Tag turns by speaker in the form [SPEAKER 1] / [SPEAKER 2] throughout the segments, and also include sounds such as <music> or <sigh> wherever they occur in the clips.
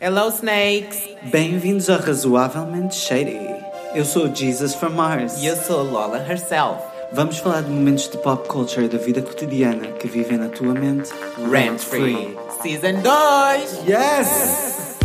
[SPEAKER 1] Hello, Snakes!
[SPEAKER 2] Bem-vindos a Razoavelmente Shady. Eu sou Jesus from Mars.
[SPEAKER 1] E eu sou a Lola herself.
[SPEAKER 2] Vamos falar de momentos de pop culture e da vida cotidiana que vivem na tua mente
[SPEAKER 1] Rent Free, Season 2!
[SPEAKER 2] Yes!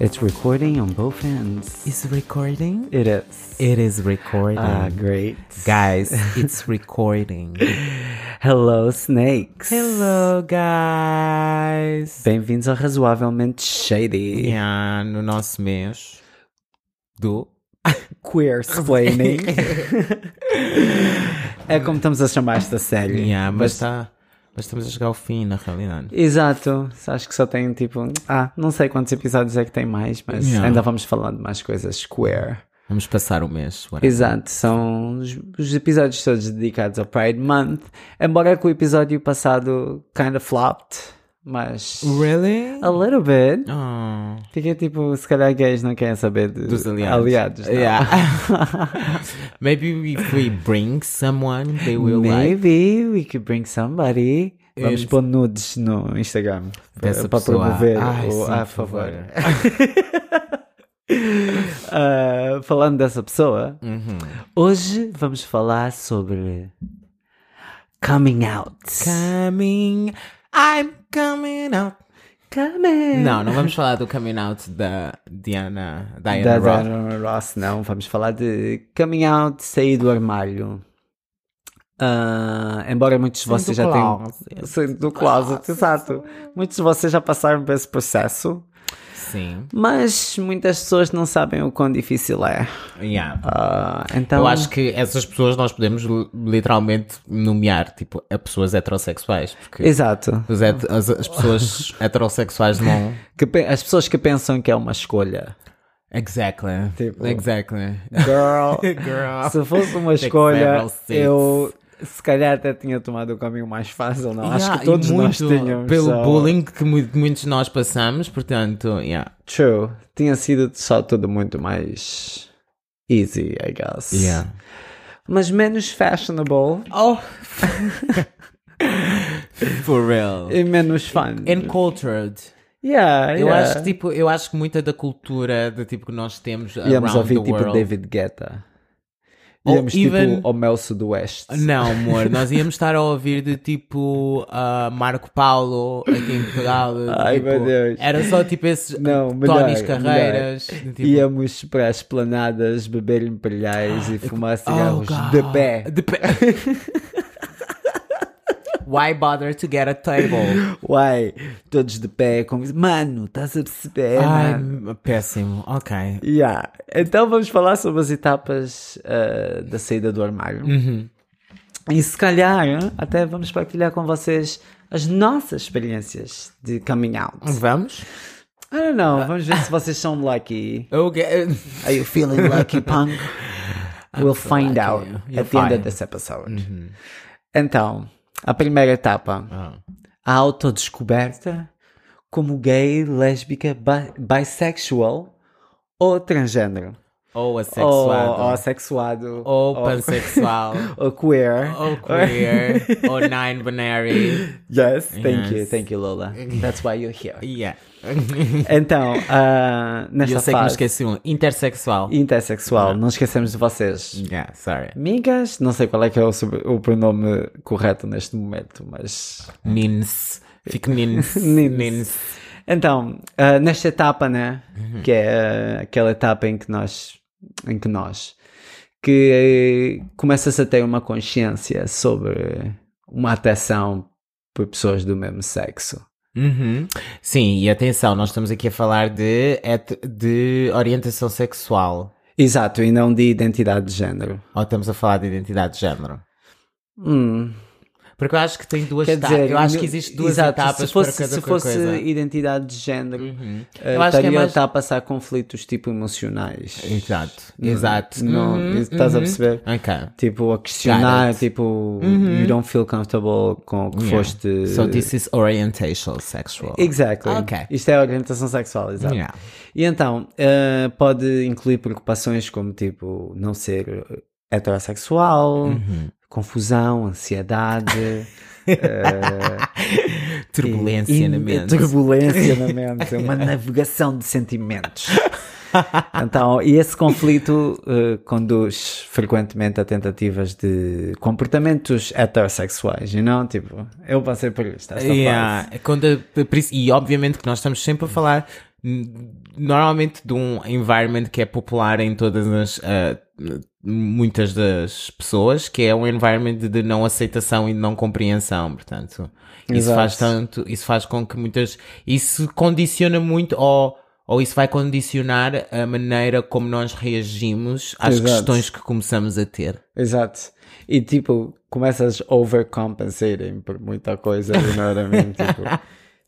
[SPEAKER 2] It's recording on both ends.
[SPEAKER 1] Is recording?
[SPEAKER 2] It is.
[SPEAKER 1] It is recording.
[SPEAKER 2] Ah, great.
[SPEAKER 1] Guys, it's recording.
[SPEAKER 2] Hello, Snakes.
[SPEAKER 1] Hello, guys!
[SPEAKER 2] Bem-vindos ao Razoavelmente Shady.
[SPEAKER 1] <laughs> Yeah, no nosso mês do...
[SPEAKER 2] Queer
[SPEAKER 1] <laughs>
[SPEAKER 2] Splaining. é como estamos a chamar esta série.
[SPEAKER 1] Yeah, mas, tá- mas estamos a chegar ao fim, na realidade.
[SPEAKER 2] Exato, acho que só tem tipo. Ah, não sei quantos episódios é que tem mais, mas
[SPEAKER 1] Yeah.
[SPEAKER 2] ainda vamos falar de mais coisas queer.
[SPEAKER 1] Vamos passar o mês. whatever.
[SPEAKER 2] Exato, são os, os episódios todos dedicados ao Pride Month. Embora que o episódio passado kind of flopped, mas.
[SPEAKER 1] Really?
[SPEAKER 2] A little bit.
[SPEAKER 1] Oh.
[SPEAKER 2] Fiquei tipo, se calhar gays não querem saber de-
[SPEAKER 1] Dos aliados.
[SPEAKER 2] não.
[SPEAKER 1] Yeah. <laughs> Maybe if we bring someone, they will like
[SPEAKER 2] Maybe we could bring somebody. Vamos
[SPEAKER 1] Ex-
[SPEAKER 2] pôr nudes no Instagram
[SPEAKER 1] dessa
[SPEAKER 2] para
[SPEAKER 1] pessoa.
[SPEAKER 2] promover
[SPEAKER 1] Ai,
[SPEAKER 2] o
[SPEAKER 1] sim,
[SPEAKER 2] a
[SPEAKER 1] por
[SPEAKER 2] favor. <laughs> Ah, falando dessa pessoa,
[SPEAKER 1] Uhum.
[SPEAKER 2] hoje vamos falar sobre coming out.
[SPEAKER 1] Coming, I'm coming out.
[SPEAKER 2] coming.
[SPEAKER 1] Não, não vamos falar do coming out da Diana, Diana
[SPEAKER 2] da
[SPEAKER 1] Ross.
[SPEAKER 2] Diana Ross, não. Vamos falar de coming out, sair do armário. Ah, embora muitos de
[SPEAKER 1] Sair
[SPEAKER 2] vocês
[SPEAKER 1] do
[SPEAKER 2] já tenham.
[SPEAKER 1] closet. Ah,
[SPEAKER 2] Sair do closet, exato. Muitos de vocês já passaram por esse processo,
[SPEAKER 1] Sim,
[SPEAKER 2] mas muitas pessoas não sabem o quão difícil é.
[SPEAKER 1] yeah.
[SPEAKER 2] Ah, então,
[SPEAKER 1] Eu acho que essas pessoas nós podemos li- literalmente nomear, tipo, a pessoas heterossexuais, porque
[SPEAKER 2] Exato.
[SPEAKER 1] os het- as, as pessoas
[SPEAKER 2] <laughs>
[SPEAKER 1] heterossexuais não...
[SPEAKER 2] Que pe- as pessoas que pensam que é uma escolha.
[SPEAKER 1] Exactly,
[SPEAKER 2] Tipo-
[SPEAKER 1] exactly.
[SPEAKER 2] Girl,
[SPEAKER 1] Girl.
[SPEAKER 2] <laughs> se fosse uma
[SPEAKER 1] que
[SPEAKER 2] escolha,
[SPEAKER 1] several seats.
[SPEAKER 2] eu se calhar até tinha tomado o caminho mais fácil, não? acho
[SPEAKER 1] Yeah,
[SPEAKER 2] que
[SPEAKER 1] e
[SPEAKER 2] todos nós
[SPEAKER 1] muito
[SPEAKER 2] tínhamos.
[SPEAKER 1] Pelo
[SPEAKER 2] só-
[SPEAKER 1] bullying que mu- muitos de nós passamos, portanto, yeah.
[SPEAKER 2] True. Tinha sido só tudo muito mais easy, I guess. Mas menos fashionable
[SPEAKER 1] Oh! <laughs> For real.
[SPEAKER 2] e menos fun.
[SPEAKER 1] Encultured.
[SPEAKER 2] Yeah,
[SPEAKER 1] Eu
[SPEAKER 2] yeah.
[SPEAKER 1] acho que tipo, eu acho que muita da cultura de tipo que nós temos
[SPEAKER 2] Íamos
[SPEAKER 1] around
[SPEAKER 2] ouvir
[SPEAKER 1] the
[SPEAKER 2] tipo
[SPEAKER 1] world.
[SPEAKER 2] David Guetta.
[SPEAKER 1] Ou
[SPEAKER 2] Íamos
[SPEAKER 1] even-
[SPEAKER 2] tipo ao Mel Sudoeste.
[SPEAKER 1] Não, amor,
[SPEAKER 2] <laughs>
[SPEAKER 1] nós íamos estar a ouvir de tipo ah, Marco Paulo aqui em Portugal. de,
[SPEAKER 2] Ai,
[SPEAKER 1] tipo,
[SPEAKER 2] meu Deus.
[SPEAKER 1] Era só tipo esses
[SPEAKER 2] Não, melhor,
[SPEAKER 1] Tónis Carreiras. de, tipo,
[SPEAKER 2] Íamos para as planadas beber empalhais <gasps> e fumar
[SPEAKER 1] Oh,
[SPEAKER 2] cigarros
[SPEAKER 1] God.
[SPEAKER 2] de pé.
[SPEAKER 1] De
[SPEAKER 2] <laughs>
[SPEAKER 1] pé. Why bother to get a table?
[SPEAKER 2] Uai, todos de pé. Com... Mano, estás a perceber?
[SPEAKER 1] Ai,
[SPEAKER 2] mano?
[SPEAKER 1] péssimo. Ok.
[SPEAKER 2] Yeah. Então vamos falar sobre as etapas eh, da saída do armário. E se calhar até vamos partilhar com vocês as nossas experiências de coming out.
[SPEAKER 1] Vamos?
[SPEAKER 2] I don't know, vamos ver se vocês são lucky.
[SPEAKER 1] Ok.
[SPEAKER 2] Are you feeling lucky, <laughs> punk? we'll find
[SPEAKER 1] lucky.
[SPEAKER 2] out
[SPEAKER 1] You're
[SPEAKER 2] at the end
[SPEAKER 1] fine.
[SPEAKER 2] of this episode. Então, a primeira etapa. A autodescoberta como gay, lésbica, bi- bissexual ou transgênero.
[SPEAKER 1] <laughs> Ou
[SPEAKER 2] ou,
[SPEAKER 1] assexuado.
[SPEAKER 2] ou assexuado,
[SPEAKER 1] ou
[SPEAKER 2] ou- <laughs>
[SPEAKER 1] pansexual.
[SPEAKER 2] ou queer.
[SPEAKER 1] ou queer. ou non-binary.
[SPEAKER 2] <laughs> Yes, thank you,
[SPEAKER 1] Yes.
[SPEAKER 2] thank you, Lola. That's why you're here.
[SPEAKER 1] Yeah.
[SPEAKER 2] Então, ah,
[SPEAKER 1] E
[SPEAKER 2] nesta
[SPEAKER 1] eu sei que me
[SPEAKER 2] fase
[SPEAKER 1] esqueci um. Intersexual.
[SPEAKER 2] intersexual, não esquecemos de vocês.
[SPEAKER 1] Yeah, sorry.
[SPEAKER 2] Amigas, não sei qual é que é o, sobre- o pronome correto neste momento, mas.
[SPEAKER 1] Nins. Fico nins.
[SPEAKER 2] <laughs> Nins. Então, ah, nesta etapa, né? Que é ah, aquela etapa em que nós. Em que nós. Que eh, começas a ter uma consciência sobre uma atração por pessoas do mesmo sexo.
[SPEAKER 1] Uhum. Sim, e atenção, nós estamos aqui a falar de, het- de orientação sexual.
[SPEAKER 2] Exato, e não de identidade de género.
[SPEAKER 1] Ou estamos a falar de identidade de género.
[SPEAKER 2] Hum,
[SPEAKER 1] Porque eu acho que tem duas
[SPEAKER 2] Quer
[SPEAKER 1] etapas.
[SPEAKER 2] dizer,
[SPEAKER 1] tá, eu acho
[SPEAKER 2] no-
[SPEAKER 1] que existe duas
[SPEAKER 2] exato,
[SPEAKER 1] etapas
[SPEAKER 2] se fosse,
[SPEAKER 1] para cada
[SPEAKER 2] se fosse
[SPEAKER 1] coisa.
[SPEAKER 2] identidade de género,
[SPEAKER 1] Uhum.
[SPEAKER 2] eh,
[SPEAKER 1] Eu acho que é
[SPEAKER 2] estaria
[SPEAKER 1] mais-
[SPEAKER 2] tá a passar conflitos tipo emocionais.
[SPEAKER 1] Exato,
[SPEAKER 2] Não-
[SPEAKER 1] exato.
[SPEAKER 2] Hum, não-
[SPEAKER 1] Uhum,
[SPEAKER 2] estás a
[SPEAKER 1] uhum.
[SPEAKER 2] perceber?
[SPEAKER 1] Ok.
[SPEAKER 2] Tipo, a questionar,
[SPEAKER 1] Got it. Uhum.
[SPEAKER 2] tipo, you don't feel comfortable com o que
[SPEAKER 1] Yeah.
[SPEAKER 2] foste.
[SPEAKER 1] So this is orientational sexual.
[SPEAKER 2] Exactly.
[SPEAKER 1] Ok.
[SPEAKER 2] Isto é orientação sexual, exato.
[SPEAKER 1] Yeah.
[SPEAKER 2] E então, eh, pode incluir preocupações como, tipo, não ser heterossexual,
[SPEAKER 1] Uhum.
[SPEAKER 2] confusão,
[SPEAKER 1] <laughs>
[SPEAKER 2] ansiedade.
[SPEAKER 1] Turbulência
[SPEAKER 2] e-
[SPEAKER 1] na
[SPEAKER 2] e
[SPEAKER 1] mente.
[SPEAKER 2] Turbulência na mente. Uma navegação de sentimentos. Então, e esse conflito eh, conduz frequentemente a tentativas de comportamentos heterossexuais, e não? Tipo, eu passei por isto, esta fase.
[SPEAKER 1] Yeah, quando a- por isso- e obviamente que nós estamos sempre a falar n- normalmente de um environment que é popular em todas as ah, muitas das pessoas, que é um environment de, de não aceitação e de não compreensão, portanto. Isso
[SPEAKER 2] Exato.
[SPEAKER 1] faz tanto, isso faz com que muitas isso condiciona muito ou ou isso vai condicionar a maneira como nós reagimos às
[SPEAKER 2] Exato.
[SPEAKER 1] questões que começamos a
[SPEAKER 2] <laughs>
[SPEAKER 1] ter. <laughs>
[SPEAKER 2] Exato. E tipo, começas a overcompensating por muita coisa, you know what I
[SPEAKER 1] <laughs>
[SPEAKER 2] mean? tipo,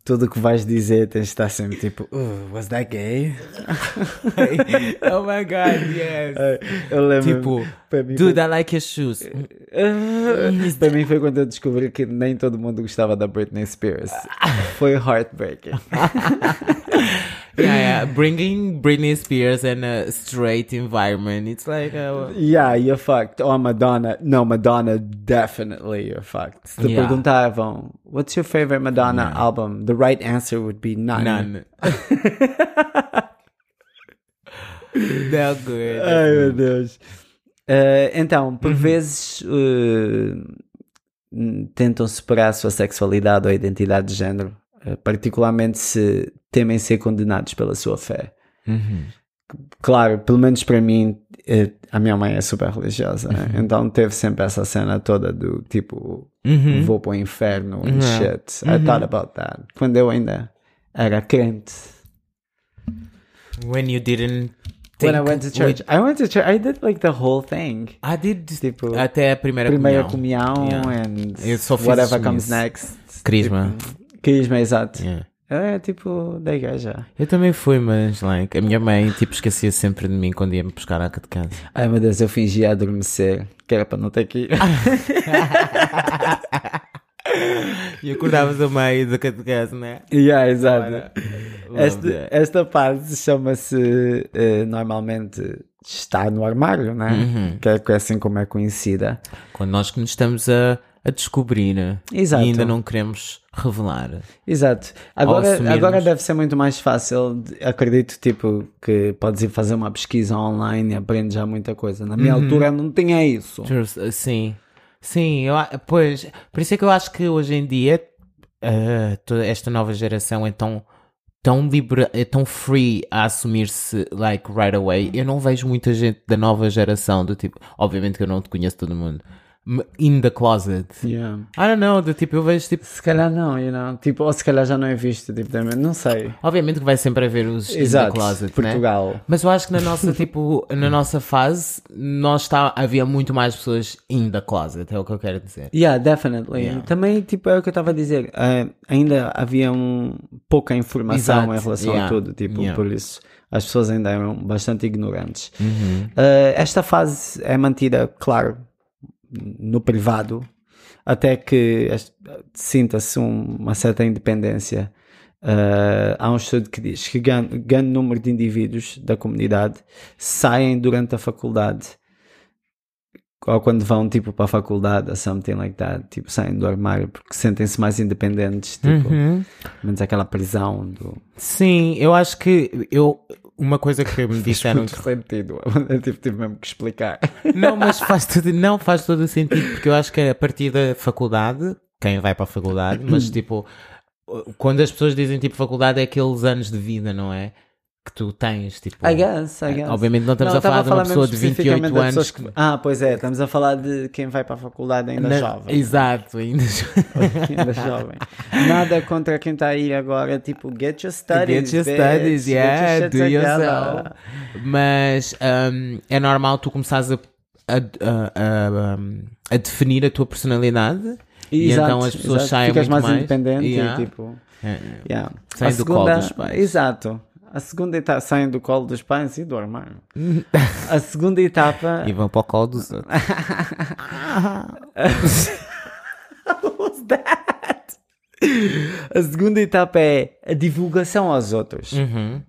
[SPEAKER 2] tudo o que vais dizer tens de estar sempre tipo, "Uh, was that gay?
[SPEAKER 1] Tipo, oh my god, yes.
[SPEAKER 2] Eh, Eu lembro.
[SPEAKER 1] Tipo,
[SPEAKER 2] para mim,
[SPEAKER 1] Dude, I like your shoes.
[SPEAKER 2] foi... para mim foi quando eu descobri que nem todo mundo gostava da Britney Spears. Foi heartbreaking.
[SPEAKER 1] yeah, yeah. Bringing Britney Spears in a straight environment, it's like, uh,
[SPEAKER 2] Yeah, you're fucked. Or Madonna. No, Madonna, definitely you're fucked. Se te
[SPEAKER 1] Yeah.
[SPEAKER 2] perguntavam, what's your favorite Madonna album? The right answer would be none. <laughs>
[SPEAKER 1] none. They're good.
[SPEAKER 2] Ai, meu Deus. Eh, então,
[SPEAKER 1] Uhum.
[SPEAKER 2] por vezes eh, hum, tentam superar a sua sexualidade ou a identidade de género, eh, particularmente se temem ser condenados pela sua fé.
[SPEAKER 1] Uhum.
[SPEAKER 2] Claro, pelo menos para mim, eh, a minha mãe é super religiosa, né? então teve sempre essa cena toda do tipo,
[SPEAKER 1] Uhum.
[SPEAKER 2] vou para o inferno and
[SPEAKER 1] Uhum.
[SPEAKER 2] shit. I thought about that. Quando eu ainda era crente.
[SPEAKER 1] When you didn't
[SPEAKER 2] When
[SPEAKER 1] think-
[SPEAKER 2] I went to church, I went to church, I did like the whole thing.
[SPEAKER 1] I did
[SPEAKER 2] Tipo,
[SPEAKER 1] até a primeira,
[SPEAKER 2] primeira
[SPEAKER 1] comunhão.
[SPEAKER 2] comunhão,
[SPEAKER 1] Yeah.
[SPEAKER 2] and
[SPEAKER 1] Eu só fiz
[SPEAKER 2] whatever
[SPEAKER 1] isso
[SPEAKER 2] comes
[SPEAKER 1] nisso.
[SPEAKER 2] next.
[SPEAKER 1] Crisma.
[SPEAKER 2] Tipo, Crisma, exato.
[SPEAKER 1] Yeah.
[SPEAKER 2] É tipo da igreja.
[SPEAKER 1] Eu também fui, mas like, a minha mãe tipo esquecia sempre de mim quando ia me buscar à catequese.
[SPEAKER 2] Ai meu Deus, eu fingia adormecer, que era para não ter que ir.
[SPEAKER 1] E acordavas a meio da catequese, né?
[SPEAKER 2] <laughs> yeah, exato.
[SPEAKER 1] Este...
[SPEAKER 2] Esta, esta parte chama-se eh, normalmente estar no armário, né? Que é que é assim como é conhecida.
[SPEAKER 1] Quando nós que nos estamos a, a descobrir né?
[SPEAKER 2] Exato.
[SPEAKER 1] e ainda não queremos revelar.
[SPEAKER 2] Exato.
[SPEAKER 1] Ou
[SPEAKER 2] Agora,
[SPEAKER 1] assumirmos.
[SPEAKER 2] agora deve ser muito mais fácil. de- Acredito, tipo, que podes ir fazer uma pesquisa online e aprendes já muita coisa. Na minha altura não tinha isso.
[SPEAKER 1] True, eh, Sim, sim, eu, a- pois, por isso é que eu acho que hoje em dia ah, toda esta nova geração é tão, tão livre, é tão free a assumir-se, like, right
[SPEAKER 2] Uhum.
[SPEAKER 1] away. Eu não vejo muita gente da nova geração, do tipo, obviamente que eu não te conheço todo mundo, m- in the closet.
[SPEAKER 2] Yeah.
[SPEAKER 1] I don't know, do tipo, eu vejo tipo.
[SPEAKER 2] Se calhar não, you know? Tipo, ou se calhar já não é visto, tipo, também, não sei.
[SPEAKER 1] Obviamente que vai sempre haver os in
[SPEAKER 2] Exato,
[SPEAKER 1] the closet, né?
[SPEAKER 2] Portugal.
[SPEAKER 1] Mas eu acho que na
[SPEAKER 2] <laughs>
[SPEAKER 1] nossa, tipo, na nossa fase, nós tá, havia muito mais pessoas in the closet, é o que eu quero dizer.
[SPEAKER 2] Yeah, definitely. Também, tipo, é o que eu estava a dizer. eh, ainda havia um, pouca informação
[SPEAKER 1] Exato,
[SPEAKER 2] em relação
[SPEAKER 1] yeah,
[SPEAKER 2] a tudo, tipo,
[SPEAKER 1] yeah.
[SPEAKER 2] por isso as pessoas ainda eram bastante ignorantes.
[SPEAKER 1] Uhum.
[SPEAKER 2] Eh, esta fase é mantida, claro, no privado, até que as- sinta-se um- uma certa independência. Eh, há um estudo que diz que gran- grande número de indivíduos da comunidade saem durante a faculdade ou quando vão tipo para a faculdade ou something like that, tipo saem do armário porque sentem-se mais independentes, tipo,
[SPEAKER 1] Uhum.
[SPEAKER 2] menos aquela prisão do
[SPEAKER 1] Sim, eu acho que eu. Uma coisa que me
[SPEAKER 2] <laughs>
[SPEAKER 1] disseram
[SPEAKER 2] muito É sentido. Eu tive, tive mesmo que explicar.
[SPEAKER 1] Não, mas faz todo, não faz todo o sentido, porque eu acho que a partir da faculdade, quem vai para a faculdade,
[SPEAKER 2] <clears throat>
[SPEAKER 1] mas tipo, quando as pessoas dizem tipo faculdade é aqueles anos de vida, não é? Que tu tens, tipo.
[SPEAKER 2] I guess, I guess.
[SPEAKER 1] Obviamente não estamos
[SPEAKER 2] Não,
[SPEAKER 1] a falar
[SPEAKER 2] estava
[SPEAKER 1] de uma
[SPEAKER 2] mesmo
[SPEAKER 1] pessoa de
[SPEAKER 2] especificamente
[SPEAKER 1] 28
[SPEAKER 2] das pessoas
[SPEAKER 1] anos.
[SPEAKER 2] que- Ah, pois é, estamos a falar de quem vai para a faculdade ainda
[SPEAKER 1] Na-
[SPEAKER 2] jovem. né?
[SPEAKER 1] Exato, ainda <laughs>
[SPEAKER 2] <laughs> Ainda jovem. Nada contra quem está aí agora, tipo, get your studies.
[SPEAKER 1] Get your
[SPEAKER 2] bitch,
[SPEAKER 1] studies,
[SPEAKER 2] get
[SPEAKER 1] yeah,
[SPEAKER 2] shit
[SPEAKER 1] do
[SPEAKER 2] together.
[SPEAKER 1] yourself. Mas hum, é hum, normal tu começares a, a, a- a- a definir a tua personalidade E
[SPEAKER 2] Exato,
[SPEAKER 1] então as pessoas
[SPEAKER 2] exato.
[SPEAKER 1] saem
[SPEAKER 2] Ficas
[SPEAKER 1] muito
[SPEAKER 2] mais
[SPEAKER 1] mais.
[SPEAKER 2] independente
[SPEAKER 1] Yeah.
[SPEAKER 2] e tipo.
[SPEAKER 1] É,
[SPEAKER 2] Yeah.
[SPEAKER 1] Saem
[SPEAKER 2] A
[SPEAKER 1] do colo
[SPEAKER 2] segunda-
[SPEAKER 1] dos pais.
[SPEAKER 2] Exato. A segunda etapa saem do colo dos pais e do
[SPEAKER 1] <laughs>
[SPEAKER 2] armário. A segunda etapa.
[SPEAKER 1] E vão para o colo
[SPEAKER 2] <laughs>
[SPEAKER 1] dos outros.
[SPEAKER 2] Who's that? A segunda etapa é a divulgação aos outros.
[SPEAKER 1] Uhum.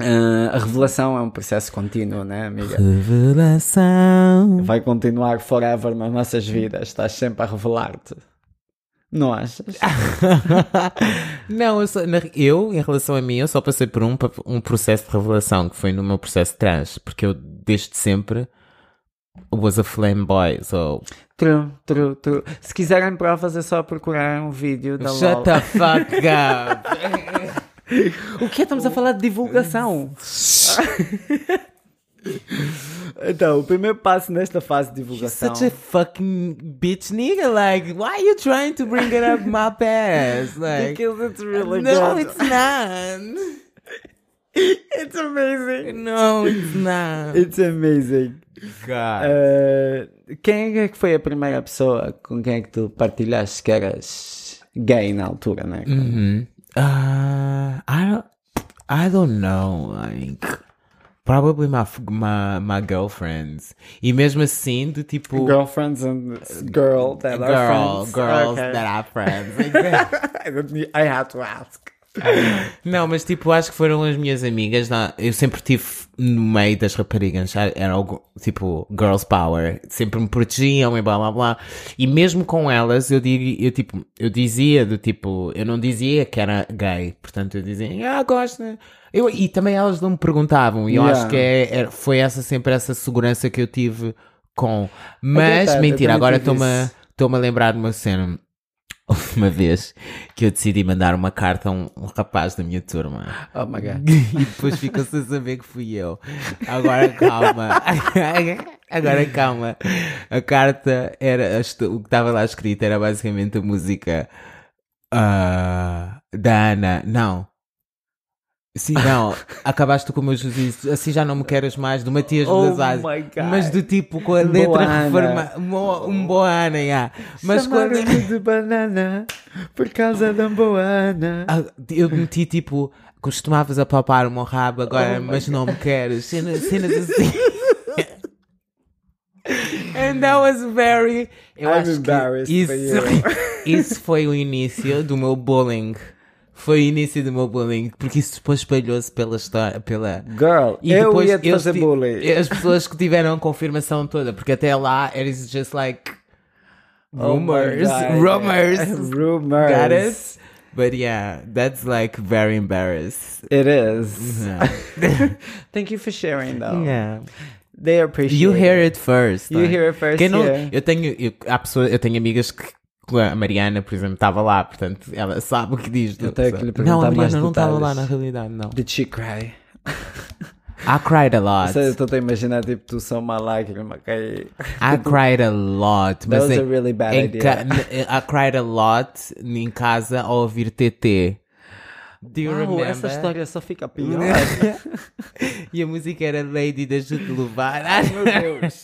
[SPEAKER 2] Ah, a revelação é um processo contínuo, né,
[SPEAKER 1] <laughs>
[SPEAKER 2] amiga?
[SPEAKER 1] Revelação.
[SPEAKER 2] Vai continuar forever nas nossas vidas. Estás sempre a revelar-te. Não achas?
[SPEAKER 1] Não, eu, só- na- eu, em relação a mim, eu só passei por um, pa- um processo de revelação, que foi no meu processo trans, porque eu, desde sempre, was a flame boy, so...
[SPEAKER 2] True, true, true. Se quiserem provas é só procurar um vídeo da LOL.
[SPEAKER 1] Shut the fuck up!
[SPEAKER 2] O que estamos a falar de divulgação? <laughs>
[SPEAKER 1] <laughs>
[SPEAKER 2] então, o primeiro passo nesta fase de
[SPEAKER 1] You're
[SPEAKER 2] divulgação.
[SPEAKER 1] such a fucking bitch nigga, like, why are you trying to bring it up my
[SPEAKER 2] <laughs>
[SPEAKER 1] past? Like,
[SPEAKER 2] Because é it's really
[SPEAKER 1] no,
[SPEAKER 2] good.
[SPEAKER 1] it's not!
[SPEAKER 2] <laughs> It's amazing.
[SPEAKER 1] No, it's not!
[SPEAKER 2] It's amazing.
[SPEAKER 1] God.
[SPEAKER 2] Uh, quem é que foi a primeira pessoa com quem é que tu partilhaste que eras gay na altura, né?
[SPEAKER 1] hmm Uh, I don't, I don't know. Like, probably my f- my my girlfriends. E mesmo assim, do tipo
[SPEAKER 2] Girlfriends and girl that are
[SPEAKER 1] girl,
[SPEAKER 2] friends.
[SPEAKER 1] girls
[SPEAKER 2] Okay.
[SPEAKER 1] that are
[SPEAKER 2] <laughs>
[SPEAKER 1] friends.
[SPEAKER 2] I, don't need- I had to ask.
[SPEAKER 1] Não, mas tipo, acho que foram as minhas amigas. na- eu sempre tive no meio das raparigas. sabe? Era algo, tipo, girls power. Sempre me protegiam e blá blá blá. E mesmo com elas, eu, digo, eu, tipo, eu dizia do tipo, eu não dizia que era gay. Portanto, eu dizia, ah, gosto. né?" Eu, e também elas não me perguntavam. E eu
[SPEAKER 2] Yeah.
[SPEAKER 1] acho que é- era- foi essa, sempre essa segurança que eu tive com. Mas,
[SPEAKER 2] verdade, eu
[SPEAKER 1] mentira,
[SPEAKER 2] também
[SPEAKER 1] agora
[SPEAKER 2] tive
[SPEAKER 1] estou-me a-
[SPEAKER 2] isso.
[SPEAKER 1] estou-me a lembrar de uma cena. <laughs> Houve uma vez que eu decidi mandar uma carta a um, um rapaz da minha turma.
[SPEAKER 2] Oh my god.
[SPEAKER 1] <laughs> E depois ficou-se a saber que fui eu. Agora calma. <laughs> Agora calma. A carta era. a histó- O que estava lá escrito era basicamente a música ah, da Ana. Não. Sim, não. Acabaste com meus juízos. Assim já não me queres mais. Do Matias
[SPEAKER 2] Oh
[SPEAKER 1] Blazaz.
[SPEAKER 2] my God.
[SPEAKER 1] Mas do tipo com a letra
[SPEAKER 2] Ana.
[SPEAKER 1] reforma. Mo- Um boa Ana, yeah. Mas quando.
[SPEAKER 2] Chamaram-me de banana por causa da boana.
[SPEAKER 1] Ah, Eu meti tipo, costumavas a papar o meu rabo
[SPEAKER 2] Oh
[SPEAKER 1] agora, mas não me queres. Cenas, cenas assim. And that was very. Eu
[SPEAKER 2] I'm
[SPEAKER 1] acho que
[SPEAKER 2] embarrassed
[SPEAKER 1] isso,
[SPEAKER 2] for you.
[SPEAKER 1] <laughs> isso foi o início do meu bullying. Foi o início do meu bullying, porque isso depois espalhou-se pela história. Pela...
[SPEAKER 2] Girl,
[SPEAKER 1] E
[SPEAKER 2] eu
[SPEAKER 1] depois
[SPEAKER 2] ia te
[SPEAKER 1] eles
[SPEAKER 2] fazer
[SPEAKER 1] ti-
[SPEAKER 2] bullying.
[SPEAKER 1] As pessoas que tiveram a confirmação toda, porque até lá eres just like.
[SPEAKER 2] Oh my
[SPEAKER 1] Rumors,
[SPEAKER 2] God.
[SPEAKER 1] rumors,
[SPEAKER 2] rumors.
[SPEAKER 1] Got it? But yeah, that's like very embarrassed.
[SPEAKER 2] It
[SPEAKER 1] <laughs>
[SPEAKER 2] is.
[SPEAKER 1] Yeah.
[SPEAKER 2] <laughs> Thank you for sharing, though.
[SPEAKER 1] Yeah.
[SPEAKER 2] They appreciate
[SPEAKER 1] You hear it first.
[SPEAKER 2] You
[SPEAKER 1] like.
[SPEAKER 2] hear it first,
[SPEAKER 1] Quem não-
[SPEAKER 2] yeah.
[SPEAKER 1] Eu tenho, eu, há pessoa, eu tenho amigas que com a Mariana, por exemplo, estava lá, portanto, ela sabe o que diz.
[SPEAKER 2] Eu tenho que lhe
[SPEAKER 1] não, a
[SPEAKER 2] perguntar mais
[SPEAKER 1] Mariana não estava lá
[SPEAKER 2] detalhes.
[SPEAKER 1] na realidade, não.
[SPEAKER 2] Did she cry?
[SPEAKER 1] I cried a lot.
[SPEAKER 2] Sei, eu estou a imaginar, tipo, tu só uma lágrima cair.
[SPEAKER 1] I cried a lot.
[SPEAKER 2] That
[SPEAKER 1] Mas
[SPEAKER 2] was
[SPEAKER 1] em-
[SPEAKER 2] a really bad
[SPEAKER 1] em ca-
[SPEAKER 2] idea.
[SPEAKER 1] n- I cried a lot em casa ao ouvir TT. Do you
[SPEAKER 2] Uau,
[SPEAKER 1] remember?
[SPEAKER 2] essa história só fica pior.
[SPEAKER 1] E a música era Lady da Jude Levar.
[SPEAKER 2] <laughs> Meu Deus.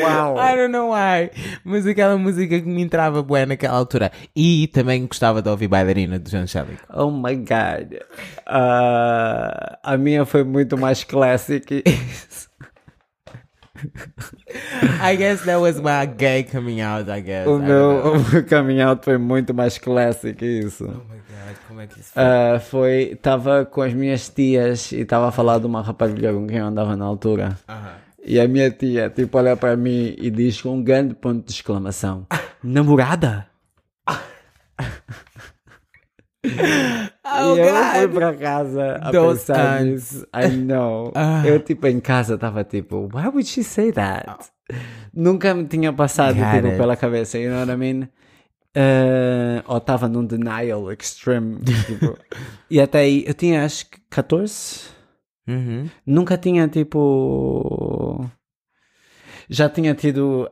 [SPEAKER 2] Uau.
[SPEAKER 1] I don't know why. Mas aquela música que me entrava bué naquela altura. E também gostava de ouvir Bailarina do Angélico.
[SPEAKER 2] Oh my god. Ah, a minha foi muito mais clássica.
[SPEAKER 1] I guess that was my gay coming out, I guess.
[SPEAKER 2] O
[SPEAKER 1] I don't
[SPEAKER 2] meu,
[SPEAKER 1] know.
[SPEAKER 2] <laughs> o meu coming out foi muito mais clássico que isso.
[SPEAKER 1] Oh my God, como é que isso foi?
[SPEAKER 2] Ah, foi. Estava com as minhas tias e estava a falar de uma rapariga com quem eu andava na altura.
[SPEAKER 1] Aham.
[SPEAKER 2] E a minha tia, tipo, olha para mim e diz com um grande ponto de exclamação: Ah, Namorada?
[SPEAKER 1] Oh
[SPEAKER 2] e eu fui
[SPEAKER 1] God!
[SPEAKER 2] para casa a
[SPEAKER 1] Those
[SPEAKER 2] pensar
[SPEAKER 1] aunts.
[SPEAKER 2] nisso. I know.
[SPEAKER 1] <laughs> Ah.
[SPEAKER 2] Eu, tipo, em casa estava tipo: Why would she say that? Nunca me tinha passado
[SPEAKER 1] Got
[SPEAKER 2] tipo,
[SPEAKER 1] it.
[SPEAKER 2] pela cabeça, you know what I mean? Ah, ou estava num denial extreme.
[SPEAKER 1] <laughs>
[SPEAKER 2] tipo. e até aí, eu tinha acho que 14.
[SPEAKER 1] Uhum.
[SPEAKER 2] Nunca tinha tipo. Já tinha tido.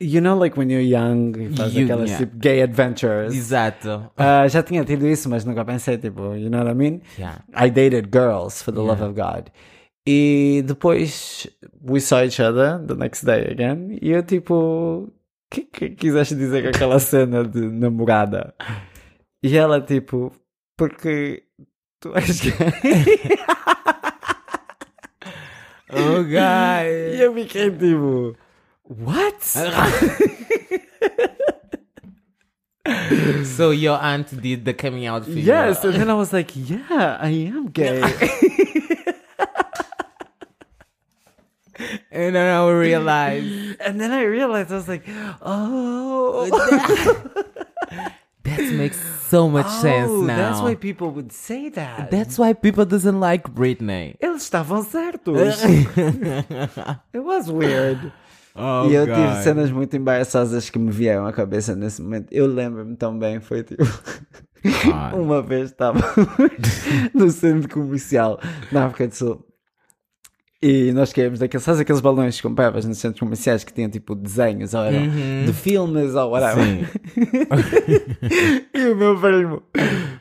[SPEAKER 2] You know, like when you're young, e faz
[SPEAKER 1] You-
[SPEAKER 2] aquelas
[SPEAKER 1] yeah.
[SPEAKER 2] tipo gay adventures.
[SPEAKER 1] Exato.
[SPEAKER 2] Ah, já tinha tido isso, mas nunca pensei, tipo, you know what I mean?
[SPEAKER 1] Yeah.
[SPEAKER 2] I dated girls for the love of God. E depois we saw each other the next day again. E eu tipo, que que quiseste dizer com aquela <laughs> cena de namorada? E ela, tipo, porque tu és gay. <laughs>
[SPEAKER 1] Oh,
[SPEAKER 2] e <laughs>
[SPEAKER 1] guy.
[SPEAKER 2] eu fiquei tipo, what? Ah,
[SPEAKER 1] so your aunt did the coming out video.
[SPEAKER 2] Yes, and then I was like, yeah, I am
[SPEAKER 1] <laughs>
[SPEAKER 2] gay.
[SPEAKER 1] And then I realized
[SPEAKER 2] and then I realized, I was like, oh.
[SPEAKER 1] that makes so much sense
[SPEAKER 2] Oh,
[SPEAKER 1] now.
[SPEAKER 2] That's why people would say that.
[SPEAKER 1] That's why people doesn't like
[SPEAKER 2] <laughs>
[SPEAKER 1] Britney.
[SPEAKER 2] Eles estavam certos.
[SPEAKER 1] <laughs>
[SPEAKER 2] It was weird.
[SPEAKER 1] Oh,
[SPEAKER 2] e eu tive cenas muito embaraçosas que me vieram à cabeça nesse momento. Eu lembro-me tão bem, foi tipo. <laughs> Uma vez estava no centro comercial na África do Sul e nós queríamos daqueles, sabes aqueles balões que compravas nos centros comerciais que tinham tipo desenhos ou eram de filmes ou whatever.
[SPEAKER 1] Uhum. Sim.
[SPEAKER 2] <laughs> E o meu primo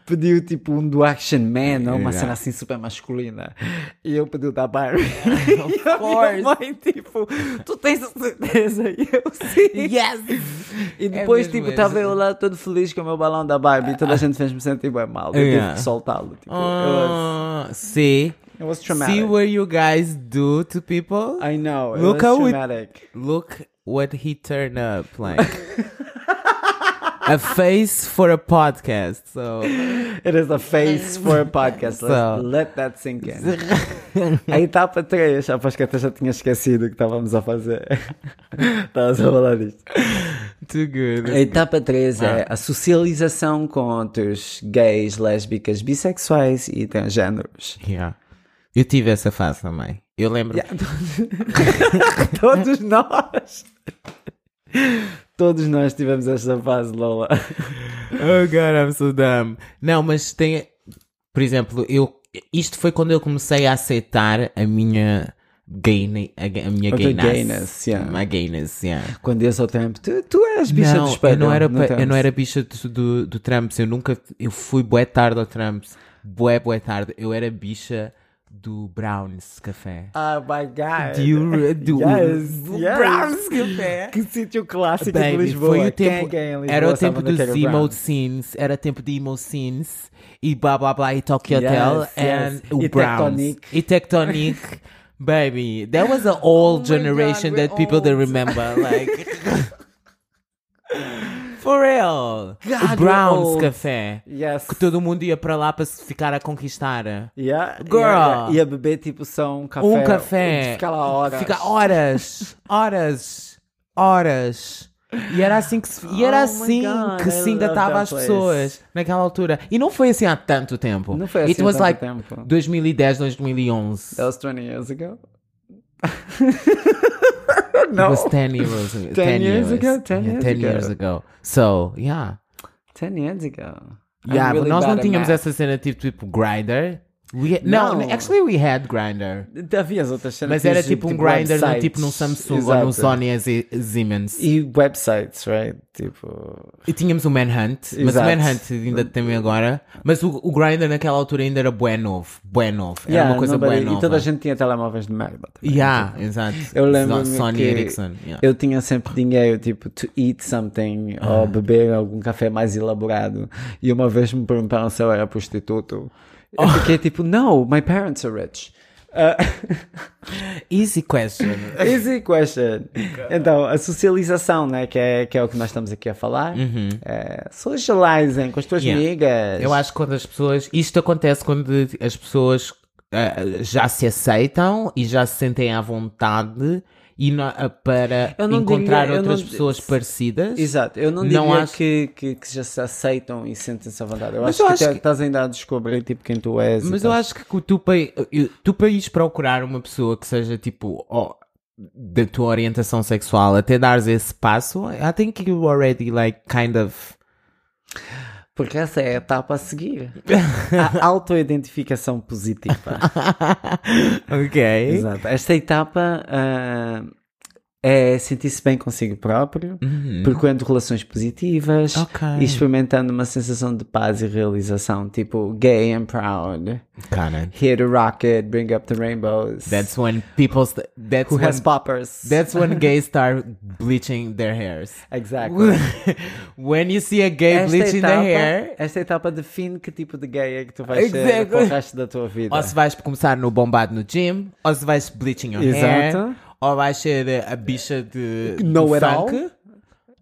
[SPEAKER 2] pediu tipo um do Action Man ou uma cena assim super masculina. E eu pedi o da Barbie. <laughs> e a minha
[SPEAKER 1] course.
[SPEAKER 2] mãe, tipo, tu tens a certeza? E eu sim.
[SPEAKER 1] Yes!
[SPEAKER 2] E depois,
[SPEAKER 1] mesmo
[SPEAKER 2] tipo,
[SPEAKER 1] isso.
[SPEAKER 2] estava eu lá todo feliz com o meu balão da Barbie e toda a gente fez-me sentir bem mal. Eu tive
[SPEAKER 1] Yeah.
[SPEAKER 2] que soltá-lo. Tipo, eu
[SPEAKER 1] Uh, see?
[SPEAKER 2] it, was, it was
[SPEAKER 1] See
[SPEAKER 2] traumatic.
[SPEAKER 1] what you guys do to people?
[SPEAKER 2] I know. It
[SPEAKER 1] Look
[SPEAKER 2] was
[SPEAKER 1] how it-
[SPEAKER 2] traumatic.
[SPEAKER 1] Look what he turned up
[SPEAKER 2] <laughs>
[SPEAKER 1] like. a face for a podcast. So
[SPEAKER 2] It is a face <laughs> for a podcast. Let's
[SPEAKER 1] So-
[SPEAKER 2] let that sink <laughs> in. A etapa 3, após que até já tinha esquecido o que estávamos a fazer. <laughs> Estavas a falar disto.
[SPEAKER 1] too good.
[SPEAKER 2] A etapa 3 é a socialização com outros gays, lésbicas, bissexuais e transgêneros.
[SPEAKER 1] Yeah. Eu tive essa fase também. Eu lembro.
[SPEAKER 2] <laughs> Todos nós. Todos nós tivemos esta fase, Lola.
[SPEAKER 1] Oh God, I'm so dumb. Não, mas tem. Por exemplo, eu. Isto foi quando eu comecei a aceitar a minha gayness. A, ga- a minha
[SPEAKER 2] Ok,
[SPEAKER 1] gayness.
[SPEAKER 2] gayness, yeah.
[SPEAKER 1] My gayness, yeah.
[SPEAKER 2] Quando eu sou Trump, tu, tu és bicha
[SPEAKER 1] não,
[SPEAKER 2] de espelho.
[SPEAKER 1] eu não era, pa- eu
[SPEAKER 2] Trump.
[SPEAKER 1] não era bicha do, do, do Trumps. Eu nunca. Eu fui bué tarde ao Trumps. Bué, bué tarde. Eu era bicha do Browns Café.
[SPEAKER 2] Oh my God.
[SPEAKER 1] Do, you re- do,
[SPEAKER 2] Yes,
[SPEAKER 1] do
[SPEAKER 2] yes.
[SPEAKER 1] Browns Café.
[SPEAKER 2] Que sítio clássico
[SPEAKER 1] Baby,
[SPEAKER 2] de Lisboa.
[SPEAKER 1] foi o
[SPEAKER 2] Quem é
[SPEAKER 1] tempo-
[SPEAKER 2] gay em Lisboa
[SPEAKER 1] Era o
[SPEAKER 2] sabe
[SPEAKER 1] tempo
[SPEAKER 2] onde é que
[SPEAKER 1] dos
[SPEAKER 2] era o
[SPEAKER 1] emo
[SPEAKER 2] Browns?
[SPEAKER 1] scenes, era tempo de emo scenes e blá blá blá e Tokyo
[SPEAKER 2] Yes,
[SPEAKER 1] Hotel
[SPEAKER 2] yes.
[SPEAKER 1] and
[SPEAKER 2] E
[SPEAKER 1] o Browns
[SPEAKER 2] Tectonic.
[SPEAKER 1] e
[SPEAKER 2] <laughs>
[SPEAKER 1] Tectonic. Baby, that was an old
[SPEAKER 2] Oh my God,
[SPEAKER 1] generation
[SPEAKER 2] we're
[SPEAKER 1] that people don't
[SPEAKER 2] old. <laughs>
[SPEAKER 1] remember. Like, for real,
[SPEAKER 2] God,
[SPEAKER 1] o
[SPEAKER 2] we're
[SPEAKER 1] Browns
[SPEAKER 2] old.
[SPEAKER 1] Café.
[SPEAKER 2] Yes.
[SPEAKER 1] Que todo mundo ia para lá para se ficar a conquistar.
[SPEAKER 2] Yeah, yeah,
[SPEAKER 1] Girl.
[SPEAKER 2] yeah. E a beber tipo só um café.
[SPEAKER 1] Um café.
[SPEAKER 2] Fica lá horas.
[SPEAKER 1] Fica horas, horas, horas. E era assim que, se, e
[SPEAKER 2] Oh
[SPEAKER 1] era
[SPEAKER 2] my
[SPEAKER 1] assim
[SPEAKER 2] God,
[SPEAKER 1] que
[SPEAKER 2] I
[SPEAKER 1] se
[SPEAKER 2] love
[SPEAKER 1] engatava
[SPEAKER 2] that
[SPEAKER 1] as
[SPEAKER 2] place.
[SPEAKER 1] pessoas naquela altura. E não foi assim há tanto tempo.
[SPEAKER 2] Não foi assim
[SPEAKER 1] It was
[SPEAKER 2] há
[SPEAKER 1] like
[SPEAKER 2] tanto tempo.
[SPEAKER 1] 2010, 2011.
[SPEAKER 2] That was 20 years ago.
[SPEAKER 1] <laughs>
[SPEAKER 2] <laughs>
[SPEAKER 1] It
[SPEAKER 2] no.
[SPEAKER 1] was 10 years
[SPEAKER 2] <laughs>
[SPEAKER 1] ago.
[SPEAKER 2] 10 years ago, 10
[SPEAKER 1] Yeah,
[SPEAKER 2] years
[SPEAKER 1] 10
[SPEAKER 2] ago.
[SPEAKER 1] years ago. So, yeah.
[SPEAKER 2] 10 years ago. I'm
[SPEAKER 1] Yeah, but
[SPEAKER 2] really
[SPEAKER 1] nós
[SPEAKER 2] bad
[SPEAKER 1] não
[SPEAKER 2] at
[SPEAKER 1] tínhamos
[SPEAKER 2] math.
[SPEAKER 1] essa cena tipo, tipo grinder. We, não.
[SPEAKER 2] Não.
[SPEAKER 1] actually we had grinder.
[SPEAKER 2] Havia as outras cenas.
[SPEAKER 1] Mas era
[SPEAKER 2] de-
[SPEAKER 1] tipo um grinder, não,
[SPEAKER 2] websites.
[SPEAKER 1] tipo num Samsung ou num
[SPEAKER 2] Exato.
[SPEAKER 1] Sony Z- Siemens.
[SPEAKER 2] E websites, right? Tipo.
[SPEAKER 1] E tínhamos o Manhunt, mas o
[SPEAKER 2] Exato.
[SPEAKER 1] Manhunt ainda tem agora. Mas o, o Grindr naquela altura ainda era bué novo, bué novo. Era
[SPEAKER 2] Yeah,
[SPEAKER 1] uma coisa
[SPEAKER 2] nobody-
[SPEAKER 1] bué nova.
[SPEAKER 2] E toda a gente tinha telemóveis de merda. também.
[SPEAKER 1] Yeah, exato.
[SPEAKER 2] Eu lembro
[SPEAKER 1] Sony
[SPEAKER 2] que
[SPEAKER 1] Ericsson. yeah.
[SPEAKER 2] eu tinha sempre dinheiro, tipo, to eat something
[SPEAKER 1] Ah.
[SPEAKER 2] ou beber algum café mais elaborado. E uma vez me perguntaram se eu era prostituto. Eu
[SPEAKER 1] Oh.
[SPEAKER 2] fiquei tipo, no, my parents are rich. Ah,
[SPEAKER 1] Easy question.
[SPEAKER 2] easy
[SPEAKER 1] <laughs>
[SPEAKER 2] question. Então, a socialização, né, que é, que é o que nós estamos aqui a falar. É, socializem com as tuas
[SPEAKER 1] Uhum. Yeah.
[SPEAKER 2] amigas.
[SPEAKER 1] Eu acho que quando as pessoas. Isto acontece quando as pessoas ah, já se aceitam e já se sentem à vontade e no- ah, para
[SPEAKER 2] Eu não
[SPEAKER 1] encontrar
[SPEAKER 2] diria- eu
[SPEAKER 1] outras
[SPEAKER 2] não-
[SPEAKER 1] pessoas parecidas.
[SPEAKER 2] Exato, eu não diria
[SPEAKER 1] Não acho-
[SPEAKER 2] que, que, que já se aceitam e sentem-se à vontade. Eu
[SPEAKER 1] Mas
[SPEAKER 2] acho
[SPEAKER 1] eu
[SPEAKER 2] que
[SPEAKER 1] acho
[SPEAKER 2] até
[SPEAKER 1] que-
[SPEAKER 2] estás ainda a descobrir tipo, quem tu és. e
[SPEAKER 1] Mas
[SPEAKER 2] tal.
[SPEAKER 1] eu acho que tu, pa- eu- tu para ires procurar uma pessoa que seja tipo ó, da tua orientação sexual até dares esse passo, I think you already like kind
[SPEAKER 2] <laughs>
[SPEAKER 1] of
[SPEAKER 2] Porque essa é a etapa a seguir. <laughs> A autoidentificação positiva.
[SPEAKER 1] <laughs> ok.
[SPEAKER 2] Exato. Esta etapa ah, é sentir-se bem consigo próprio,
[SPEAKER 1] Uhum.
[SPEAKER 2] procurando relações positivas
[SPEAKER 1] Ok.
[SPEAKER 2] e experimentando uma sensação de paz e realização, tipo gay and proud,
[SPEAKER 1] Cara,
[SPEAKER 2] hit a rocket, bring up the rainbows,
[SPEAKER 1] that's when people. St- that's
[SPEAKER 2] who
[SPEAKER 1] when,
[SPEAKER 2] has poppers.
[SPEAKER 1] that's when
[SPEAKER 2] <laughs>
[SPEAKER 1] gays start bleaching their hairs.
[SPEAKER 2] exactly.
[SPEAKER 1] when you see a gay
[SPEAKER 2] Esta
[SPEAKER 1] bleaching
[SPEAKER 2] etapa,
[SPEAKER 1] their hair.
[SPEAKER 2] esta etapa define que tipo de gay é que tu vais ser
[SPEAKER 1] é. Exactly.
[SPEAKER 2] para o resto da tua vida.
[SPEAKER 1] Ou se vais começar no bombado no gym, ou se vais bleaching your hair,
[SPEAKER 2] Exato.
[SPEAKER 1] ou vais ser a bicha de
[SPEAKER 2] Know
[SPEAKER 1] de
[SPEAKER 2] it all.
[SPEAKER 1] funk.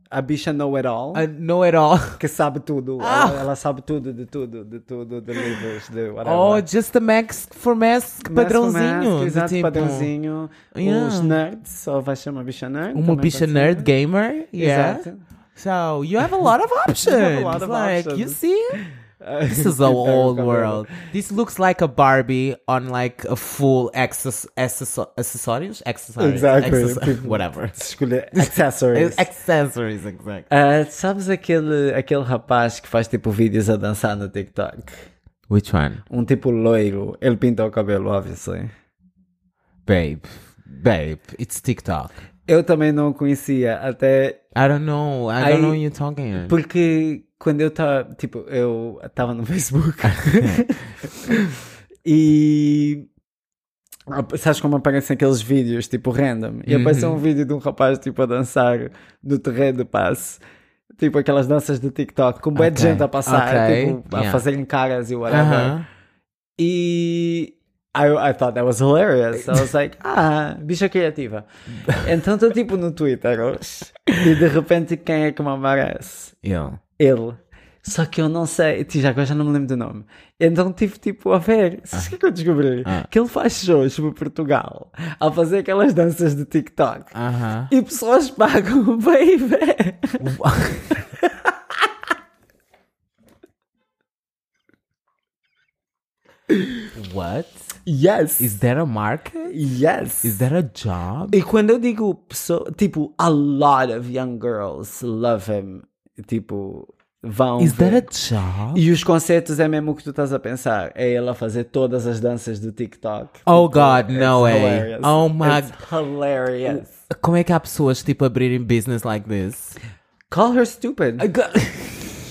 [SPEAKER 2] A bicha know it all,
[SPEAKER 1] A Ah! know it all.
[SPEAKER 2] que sabe tudo. Ela, ela sabe tudo, de tudo, de tudo, de livros, de whatever.
[SPEAKER 1] Ou just a mask for mask
[SPEAKER 2] Mas com
[SPEAKER 1] Oh, padrãozinho.
[SPEAKER 2] mask,
[SPEAKER 1] do
[SPEAKER 2] exato,
[SPEAKER 1] tipo,
[SPEAKER 2] padrãozinho. Os
[SPEAKER 1] Yeah.
[SPEAKER 2] nerds, só vai ser uma bicha nerd.
[SPEAKER 1] Uma
[SPEAKER 2] também
[SPEAKER 1] bicha
[SPEAKER 2] pode ser.
[SPEAKER 1] nerd gamer. Yeah.
[SPEAKER 2] Exato.
[SPEAKER 1] So you have a lot
[SPEAKER 2] <laughs>
[SPEAKER 1] of options.
[SPEAKER 2] lot of
[SPEAKER 1] like you
[SPEAKER 2] options. <laughs>
[SPEAKER 1] see, this is
[SPEAKER 2] Very
[SPEAKER 1] our old
[SPEAKER 2] comfortable.
[SPEAKER 1] world. This looks like a Barbie on like a full access accessor- accessories, accessories,
[SPEAKER 2] Exactly. <laughs>
[SPEAKER 1] access- whatever <laughs>
[SPEAKER 2] Escolher accessories.
[SPEAKER 1] accessories, exactly.
[SPEAKER 2] Ah, sabes aquele, aquele rapaz que faz tipo vídeos a dançar no TikTok?
[SPEAKER 1] Which one,
[SPEAKER 2] Um tipo loiro. Ele pinta o cabelo, obviously.
[SPEAKER 1] babe? Babe, it's TikTok.
[SPEAKER 2] Eu também não o conhecia, até
[SPEAKER 1] I don't know. I,
[SPEAKER 2] I-
[SPEAKER 1] don't know what you're talking.
[SPEAKER 2] Porque quando eu estava, tipo, eu estava no <laughs> Facebook e ap- sabes como aparecem aqueles vídeos, tipo, random, e apareceu
[SPEAKER 1] Uhum.
[SPEAKER 2] um vídeo de um rapaz, tipo, a dançar do terreno de passe. Tipo aquelas danças do TikTok, com bué de
[SPEAKER 1] Ok,
[SPEAKER 2] gente a passar,
[SPEAKER 1] ok,
[SPEAKER 2] tipo, a
[SPEAKER 1] yeah.
[SPEAKER 2] fazerem caras e whatever.
[SPEAKER 1] Uh-huh.
[SPEAKER 2] E I, I thought that was hilarious. I was like, <laughs> ah, bicha criativa. Então estou tipo no Twitter hoje. E de repente quem é que me aparece?
[SPEAKER 1] Yeah.
[SPEAKER 2] Ele. Só que eu não sei, ti, já agora já não me lembro do nome. Então tive tipo a ver. Sabes o que é que eu descobri?
[SPEAKER 1] Ah.
[SPEAKER 2] Que ele faz shows por Portugal a fazer aquelas danças de TikTok.
[SPEAKER 1] Uh-huh.
[SPEAKER 2] E pessoas pagam <laughs> para ir ver.
[SPEAKER 1] <laughs> What?
[SPEAKER 2] Yes.
[SPEAKER 1] Is that a market?
[SPEAKER 2] Yes.
[SPEAKER 1] Is that a job?
[SPEAKER 2] E quando eu digo pessoa, tipo, a lot of young girls love him, tipo, vão
[SPEAKER 1] Is that a
[SPEAKER 2] ver.
[SPEAKER 1] job?
[SPEAKER 2] E os concertos é mesmo o que tu estás a pensar. É ele a fazer todas as danças do TikTok.
[SPEAKER 1] Oh
[SPEAKER 2] Tipo,
[SPEAKER 1] God,
[SPEAKER 2] it's
[SPEAKER 1] no way.
[SPEAKER 2] hilarious.
[SPEAKER 1] Oh my-
[SPEAKER 2] It's hilarious.
[SPEAKER 1] Como é que há pessoas tipo abrirem business like this?
[SPEAKER 2] Call her stupid. <laughs>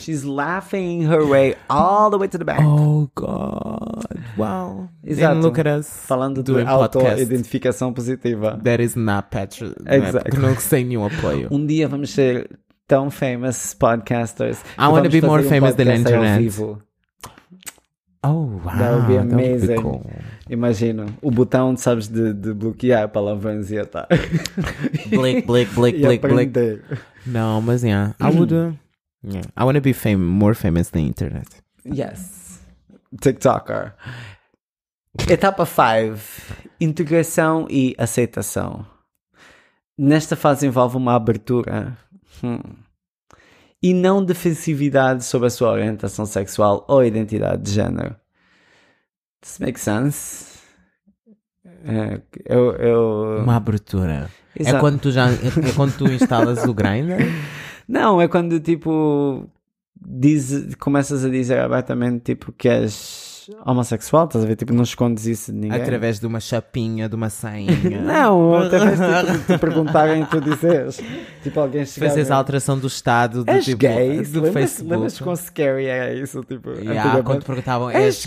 [SPEAKER 2] She's laughing her way all the way to the back.
[SPEAKER 1] Oh God! Wow!
[SPEAKER 2] Exato.
[SPEAKER 1] And look at us
[SPEAKER 2] Falando de
[SPEAKER 1] doing podcast.
[SPEAKER 2] auto-identificação positiva.
[SPEAKER 1] That is not Patrick.
[SPEAKER 2] Exactly.
[SPEAKER 1] Porque não sei nenhum
[SPEAKER 2] <laughs>
[SPEAKER 1] apoio.
[SPEAKER 2] Um dia vamos ser tão famous podcasters. que
[SPEAKER 1] wanna
[SPEAKER 2] vamos
[SPEAKER 1] be more
[SPEAKER 2] fazer um
[SPEAKER 1] famous than
[SPEAKER 2] podcast ao
[SPEAKER 1] internet.
[SPEAKER 2] vivo.
[SPEAKER 1] Oh wow!
[SPEAKER 2] That would be amazing.
[SPEAKER 1] cool.
[SPEAKER 2] Imagino. O botão, sabes, de, de bloquear palavrões
[SPEAKER 1] <laughs>
[SPEAKER 2] e atar.
[SPEAKER 1] Blick, blick, blick,
[SPEAKER 2] <laughs> e
[SPEAKER 1] blick, blick.
[SPEAKER 2] aprender.
[SPEAKER 1] No, mas yeah, I would. Uh, yeah, I want to be fam- more famous than internet.
[SPEAKER 2] Yes. TikToker. Etapa 5. Integração e aceitação. Nesta fase envolve uma abertura. Hum. E não defensividade sobre a sua orientação sexual ou identidade de género. This makes sense? É, Eu, eu...
[SPEAKER 1] Uma abertura. É
[SPEAKER 2] Exato.
[SPEAKER 1] quando tu já é quando tu instalas o <laughs> grinder.
[SPEAKER 2] Não, é quando tipo diz, começas a dizer abertamente tipo que és homossexual, estás a ver? Tipo, não escondes isso de ninguém.
[SPEAKER 1] Através de uma chapinha, de uma <laughs> sainha.
[SPEAKER 2] Não, através tipo, de te perguntarem tu dizes. Tipo, alguém chegar.
[SPEAKER 1] Fazes a alteração do estado do,
[SPEAKER 2] És
[SPEAKER 1] tipo,
[SPEAKER 2] gay?
[SPEAKER 1] do
[SPEAKER 2] Lembras- Lembras
[SPEAKER 1] Facebook.
[SPEAKER 2] com Scary era isso? Tipo,
[SPEAKER 1] Yeah, quando
[SPEAKER 2] antigamente?
[SPEAKER 1] perguntavam
[SPEAKER 2] "És
[SPEAKER 1] és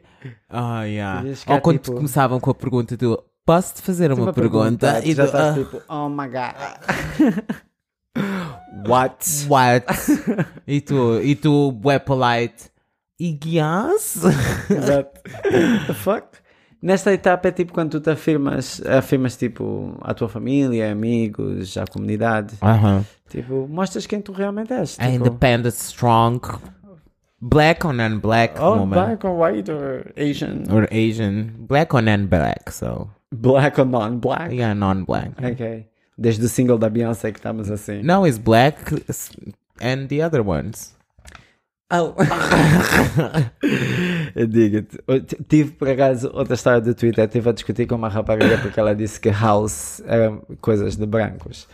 [SPEAKER 1] gay? Ah, yeah.
[SPEAKER 2] Devias ficar
[SPEAKER 1] Ou quando
[SPEAKER 2] tipo-
[SPEAKER 1] começavam com a pergunta do posso te fazer uma,
[SPEAKER 2] Uma
[SPEAKER 1] pergunta?
[SPEAKER 2] tu Tipo, já
[SPEAKER 1] do, "Ah,
[SPEAKER 2] estás tipo, oh my god. <laughs> What?
[SPEAKER 1] tipo, What? <laughs> e tu, e tu, bué polite. E yes?
[SPEAKER 2] Exato. What the fuck? Nesta etapa é tipo quando tu te afirmas, afirmas tipo à tua família, amigos, à comunidade.
[SPEAKER 1] Uh -huh.
[SPEAKER 2] Tipo, mostras quem tu realmente és. Tipo,
[SPEAKER 1] Independent, strong, black or non-black
[SPEAKER 2] oh,
[SPEAKER 1] woman.
[SPEAKER 2] black or white or Asian.
[SPEAKER 1] Or Asian. Black or non-black, so.
[SPEAKER 2] Black or non-black.
[SPEAKER 1] Yeah, non-black.
[SPEAKER 2] Ok. Desde o single da Beyoncé que estamos <laughs> assim.
[SPEAKER 1] No, it's black s- and the other ones. <laughs>
[SPEAKER 2] Oh. Eu digo-te. Eu t- Tive, por acaso, outra história do Twitter. Estive a discutir com uma rapariga porque ela disse que house eram coisas de brancos.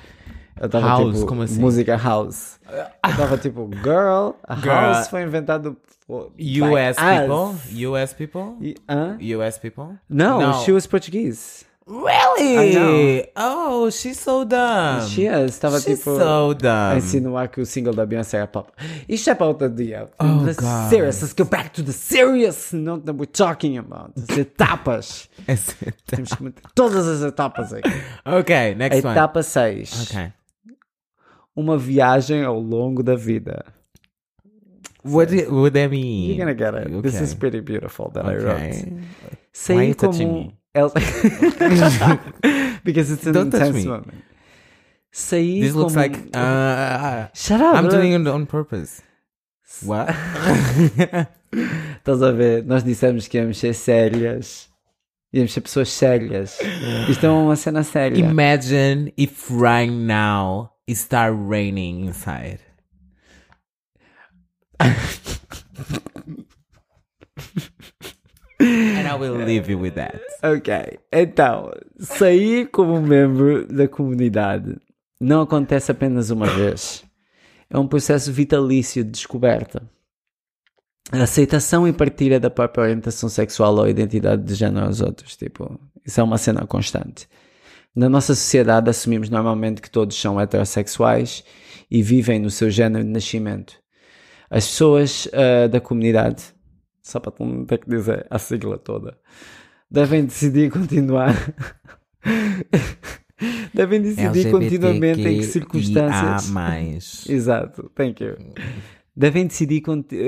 [SPEAKER 2] Eu tava,
[SPEAKER 1] House,
[SPEAKER 2] tipo,
[SPEAKER 1] como assim?
[SPEAKER 2] Música house. Eu estava tipo, girl, a
[SPEAKER 1] Girl.
[SPEAKER 2] house foi inventado por
[SPEAKER 1] US
[SPEAKER 2] by us.
[SPEAKER 1] people? US people?
[SPEAKER 2] E- hã?
[SPEAKER 1] US people?
[SPEAKER 2] Não, she was Portuguese.
[SPEAKER 1] Really? Oh, she's so dumb.
[SPEAKER 2] She is, estava
[SPEAKER 1] She's
[SPEAKER 2] tipo
[SPEAKER 1] so
[SPEAKER 2] a
[SPEAKER 1] dumb.
[SPEAKER 2] insinuar que o single da Beyoncé era pop. Isto é para outro dia.
[SPEAKER 1] Oh,
[SPEAKER 2] the
[SPEAKER 1] God.
[SPEAKER 2] serious, let's go back to the serious, not that we're talking about. As
[SPEAKER 1] <laughs>
[SPEAKER 2] etapas. Temos que meter todas as etapas aqui.
[SPEAKER 1] ok,
[SPEAKER 2] A
[SPEAKER 1] next one.
[SPEAKER 2] etapa 6.
[SPEAKER 1] Okay.
[SPEAKER 2] Uma viagem ao longo da vida.
[SPEAKER 1] What do- would that mean?
[SPEAKER 2] You're gonna get it. This
[SPEAKER 1] Okay.
[SPEAKER 2] is pretty beautiful that I wrote.
[SPEAKER 1] Okay. Why are
[SPEAKER 2] Sair
[SPEAKER 1] you touching
[SPEAKER 2] como
[SPEAKER 1] me?
[SPEAKER 2] El...
[SPEAKER 1] <laughs>
[SPEAKER 2] <laughs> Because it's an
[SPEAKER 1] Don't touch
[SPEAKER 2] intense
[SPEAKER 1] me.
[SPEAKER 2] moment. Sair
[SPEAKER 1] This
[SPEAKER 2] como
[SPEAKER 1] looks like uh,
[SPEAKER 2] Shut up.
[SPEAKER 1] I'm
[SPEAKER 2] bro.
[SPEAKER 1] doing it on purpose. What? <laughs>
[SPEAKER 2] Estás a ver? Nós dissemos que íamos ser sérias. Íamos ser pessoas sérias. Isto é uma cena séria.
[SPEAKER 1] Imagine if right now it start raining inside. and I will leave you with that.
[SPEAKER 2] Ok. Então, sair como membro da comunidade não acontece apenas uma vez. É um processo vitalício de descoberta. A aceitação e partilha da própria orientação sexual ou identidade de género aos outros. Tipo, isso é uma cena constante. Na nossa sociedade, assumimos normalmente que todos são heterossexuais e vivem no seu género de nascimento. As pessoas ah, da comunidade, só para não ter que dizer a sigla toda, devem decidir continuar. <laughs> devem decidir continuamente em que circunstâncias.
[SPEAKER 1] LGBTQIA+. mais.
[SPEAKER 2] Exato, thank you. Devem decidir conti-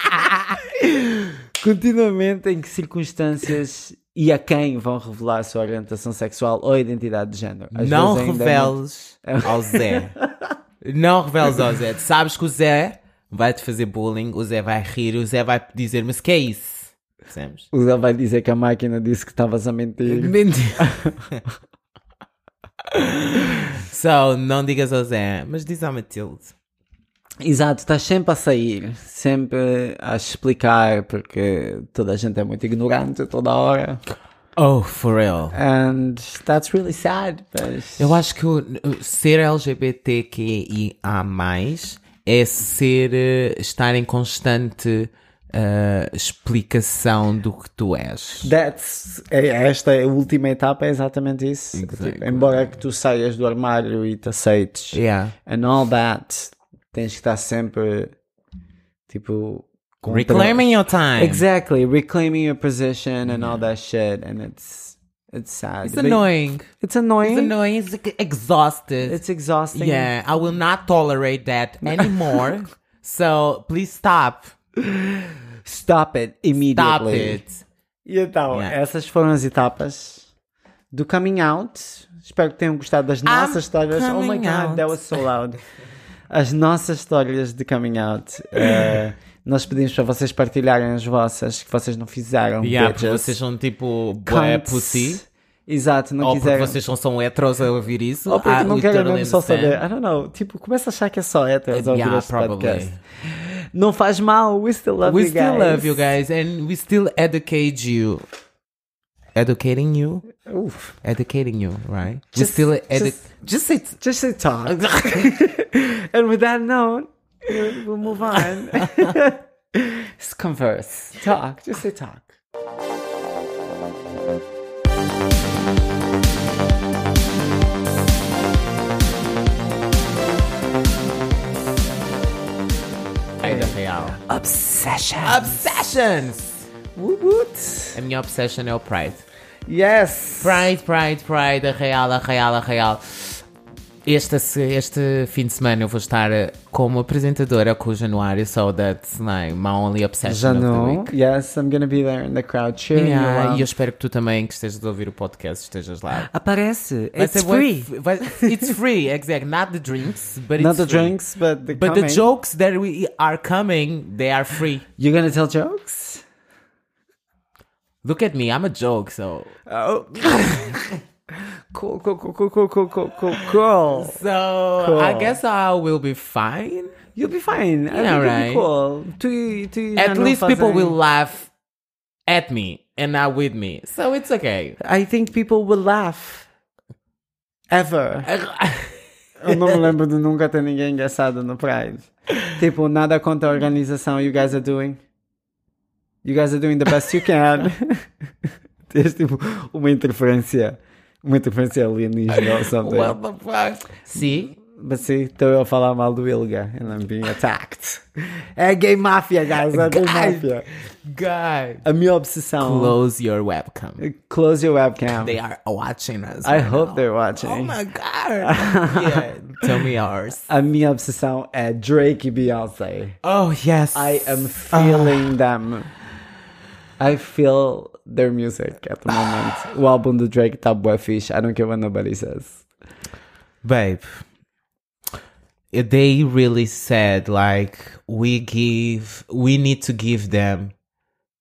[SPEAKER 2] <laughs> continuamente em que circunstâncias e a quem vão revelar a sua orientação sexual ou identidade de género. Às
[SPEAKER 1] Não
[SPEAKER 2] vezes ainda é muito-
[SPEAKER 1] reveles ao Zé. <laughs> Não reveles ao Zé. Tu sabes que o Zé vai te fazer bullying, o Zé vai rir, o Zé vai dizer, mas que é isso? Percebes?
[SPEAKER 2] O Zé vai dizer que a máquina disse que estavas a mentir.
[SPEAKER 1] <laughs> so, não digas ao Zé, mas diz à Matilde.
[SPEAKER 2] Exato, estás sempre a sair, sempre a explicar, porque toda a gente é muito ignorante toda hora.
[SPEAKER 1] Oh, for real.
[SPEAKER 2] And that's really sad. Mas...
[SPEAKER 1] Eu acho que o- o ser LGBTQIA+, é ser, eh, estar em constante eh, explicação do que tu és.
[SPEAKER 2] That's, é- esta é a última etapa é exatamente isso.
[SPEAKER 1] Exactly.
[SPEAKER 2] Tipo, embora que tu saias do armário e te aceites
[SPEAKER 1] Yeah.
[SPEAKER 2] and all that, tens que estar sempre tipo contra-
[SPEAKER 1] Reclaiming your time.
[SPEAKER 2] Exactly, reclaiming your position and all that shit and it's it's sad.
[SPEAKER 1] It's
[SPEAKER 2] But
[SPEAKER 1] annoying.
[SPEAKER 2] It's annoying.
[SPEAKER 1] It's annoying. It's like, exhausted.
[SPEAKER 2] It's exhausting.
[SPEAKER 1] yeah, I will not tolerate that <laughs> anymore. so please stop.
[SPEAKER 2] Stop it
[SPEAKER 1] Stop
[SPEAKER 2] immediately.
[SPEAKER 1] it.
[SPEAKER 2] E então,
[SPEAKER 1] Yeah.
[SPEAKER 2] essas foram as etapas do coming out. Espero que tenham gostado das nossas histórias. Oh
[SPEAKER 1] Ah,
[SPEAKER 2] my
[SPEAKER 1] coming
[SPEAKER 2] god,
[SPEAKER 1] out.
[SPEAKER 2] that was so loud. As nossas histórias de
[SPEAKER 1] <laughs>
[SPEAKER 2] coming out. Eh, nós pedimos para vocês partilharem as vossas que vocês não fizeram.
[SPEAKER 1] Yeah, porque
[SPEAKER 2] bitches.
[SPEAKER 1] vocês são tipo bué
[SPEAKER 2] Cunts.
[SPEAKER 1] pussy.
[SPEAKER 2] Exato, não
[SPEAKER 1] Ou
[SPEAKER 2] quiseram.
[SPEAKER 1] porque vocês não são heteros a ouvir isso.
[SPEAKER 2] Ou porque
[SPEAKER 1] Ah,
[SPEAKER 2] não
[SPEAKER 1] we
[SPEAKER 2] querem
[SPEAKER 1] totally
[SPEAKER 2] mesmo só
[SPEAKER 1] understand.
[SPEAKER 2] saber. I don't know. Tipo, começa a achar que é só héteros ao ouvir
[SPEAKER 1] Yeah,
[SPEAKER 2] este
[SPEAKER 1] probably.
[SPEAKER 2] podcast. Não faz mal. We still love
[SPEAKER 1] We
[SPEAKER 2] you
[SPEAKER 1] still
[SPEAKER 2] guys.
[SPEAKER 1] love you guys and we still educate you. Educating you?
[SPEAKER 2] Uf.
[SPEAKER 1] Educating you, right? we
[SPEAKER 2] Just-
[SPEAKER 1] still edu- just
[SPEAKER 2] just-
[SPEAKER 1] it's
[SPEAKER 2] Just
[SPEAKER 1] <laughs>
[SPEAKER 2] a talk. and with that note, we'll move
[SPEAKER 1] <laughs>
[SPEAKER 2] on. Just converse. Talk. Just say talk.
[SPEAKER 1] ainda real.
[SPEAKER 2] Obsession.
[SPEAKER 1] Obsessions!
[SPEAKER 2] Woot woot.
[SPEAKER 1] A minha obsession é o Pride.
[SPEAKER 2] Yes.
[SPEAKER 1] Pride, Pride, Pride, a real, a real, a real. Este, se- este fim de semana eu vou estar eh, como apresentadora com o Januário, so that's like my only obsession of the
[SPEAKER 2] Janu.
[SPEAKER 1] week.
[SPEAKER 2] Yes, I'm gonna be there in the crowd cheering
[SPEAKER 1] Yeah,
[SPEAKER 2] you on.
[SPEAKER 1] e eu espero que tu também, que estejas a ouvir o podcast, estejas lá.
[SPEAKER 2] Aparece.
[SPEAKER 1] Vai
[SPEAKER 2] <gasps> It's
[SPEAKER 1] ser bué
[SPEAKER 2] free.
[SPEAKER 1] f- vai- it's free, exactly. Not the drinks, but
[SPEAKER 2] Not
[SPEAKER 1] it's
[SPEAKER 2] the
[SPEAKER 1] free.
[SPEAKER 2] drinks, but the
[SPEAKER 1] But the
[SPEAKER 2] coming.
[SPEAKER 1] jokes that we are coming, they are free.
[SPEAKER 2] You're gonna tell jokes?
[SPEAKER 1] Look at me, I'm a joke, so.
[SPEAKER 2] Oh. <laughs> cool, cool, cool, cool, cool, cool, cool, cool, cool.
[SPEAKER 1] So, I
[SPEAKER 2] Cool.
[SPEAKER 1] guess I will be fine.
[SPEAKER 2] You'll be fine. I
[SPEAKER 1] Yeah,
[SPEAKER 2] think
[SPEAKER 1] right.
[SPEAKER 2] You'll be cool. Tu, e- tu e
[SPEAKER 1] at
[SPEAKER 2] Janu
[SPEAKER 1] least people
[SPEAKER 2] fazem-
[SPEAKER 1] will laugh at me and not with me. So it's
[SPEAKER 2] <laughs>
[SPEAKER 1] okay.
[SPEAKER 2] I think people will laugh. Ever. Eu não me lembro de nunca ter ninguém engraçado no Pride. Tipo, nada contra
[SPEAKER 1] <laughs>
[SPEAKER 2] a organização. You guys are doing. You guys are doing the best you can. Tens tipo uma interferência, uma interferência alienígena ou something.
[SPEAKER 1] What the fuck? Sim.
[SPEAKER 2] Mas sim, estou eu a falar mal do Ilga. And I'm being attacked. É gay mafia, guys. É gay
[SPEAKER 1] Guys.
[SPEAKER 2] mafia.
[SPEAKER 1] Guys.
[SPEAKER 2] A minha obsessão.
[SPEAKER 1] Close your webcam.
[SPEAKER 2] Close your webcam.
[SPEAKER 1] They are watching us.
[SPEAKER 2] I
[SPEAKER 1] right
[SPEAKER 2] hope
[SPEAKER 1] now.
[SPEAKER 2] they're
[SPEAKER 1] Oh
[SPEAKER 2] watching. <laughs>
[SPEAKER 1] my god. yeah. Tell me ours.
[SPEAKER 2] A minha obsessão é Drake e Beyoncé.
[SPEAKER 1] Oh yes.
[SPEAKER 2] I am feeling them. I feel their music at the moment. <sighs> o álbum do Drake está bué fixe. I don't care what nobody says.
[SPEAKER 1] babe they really said like we give we need to give them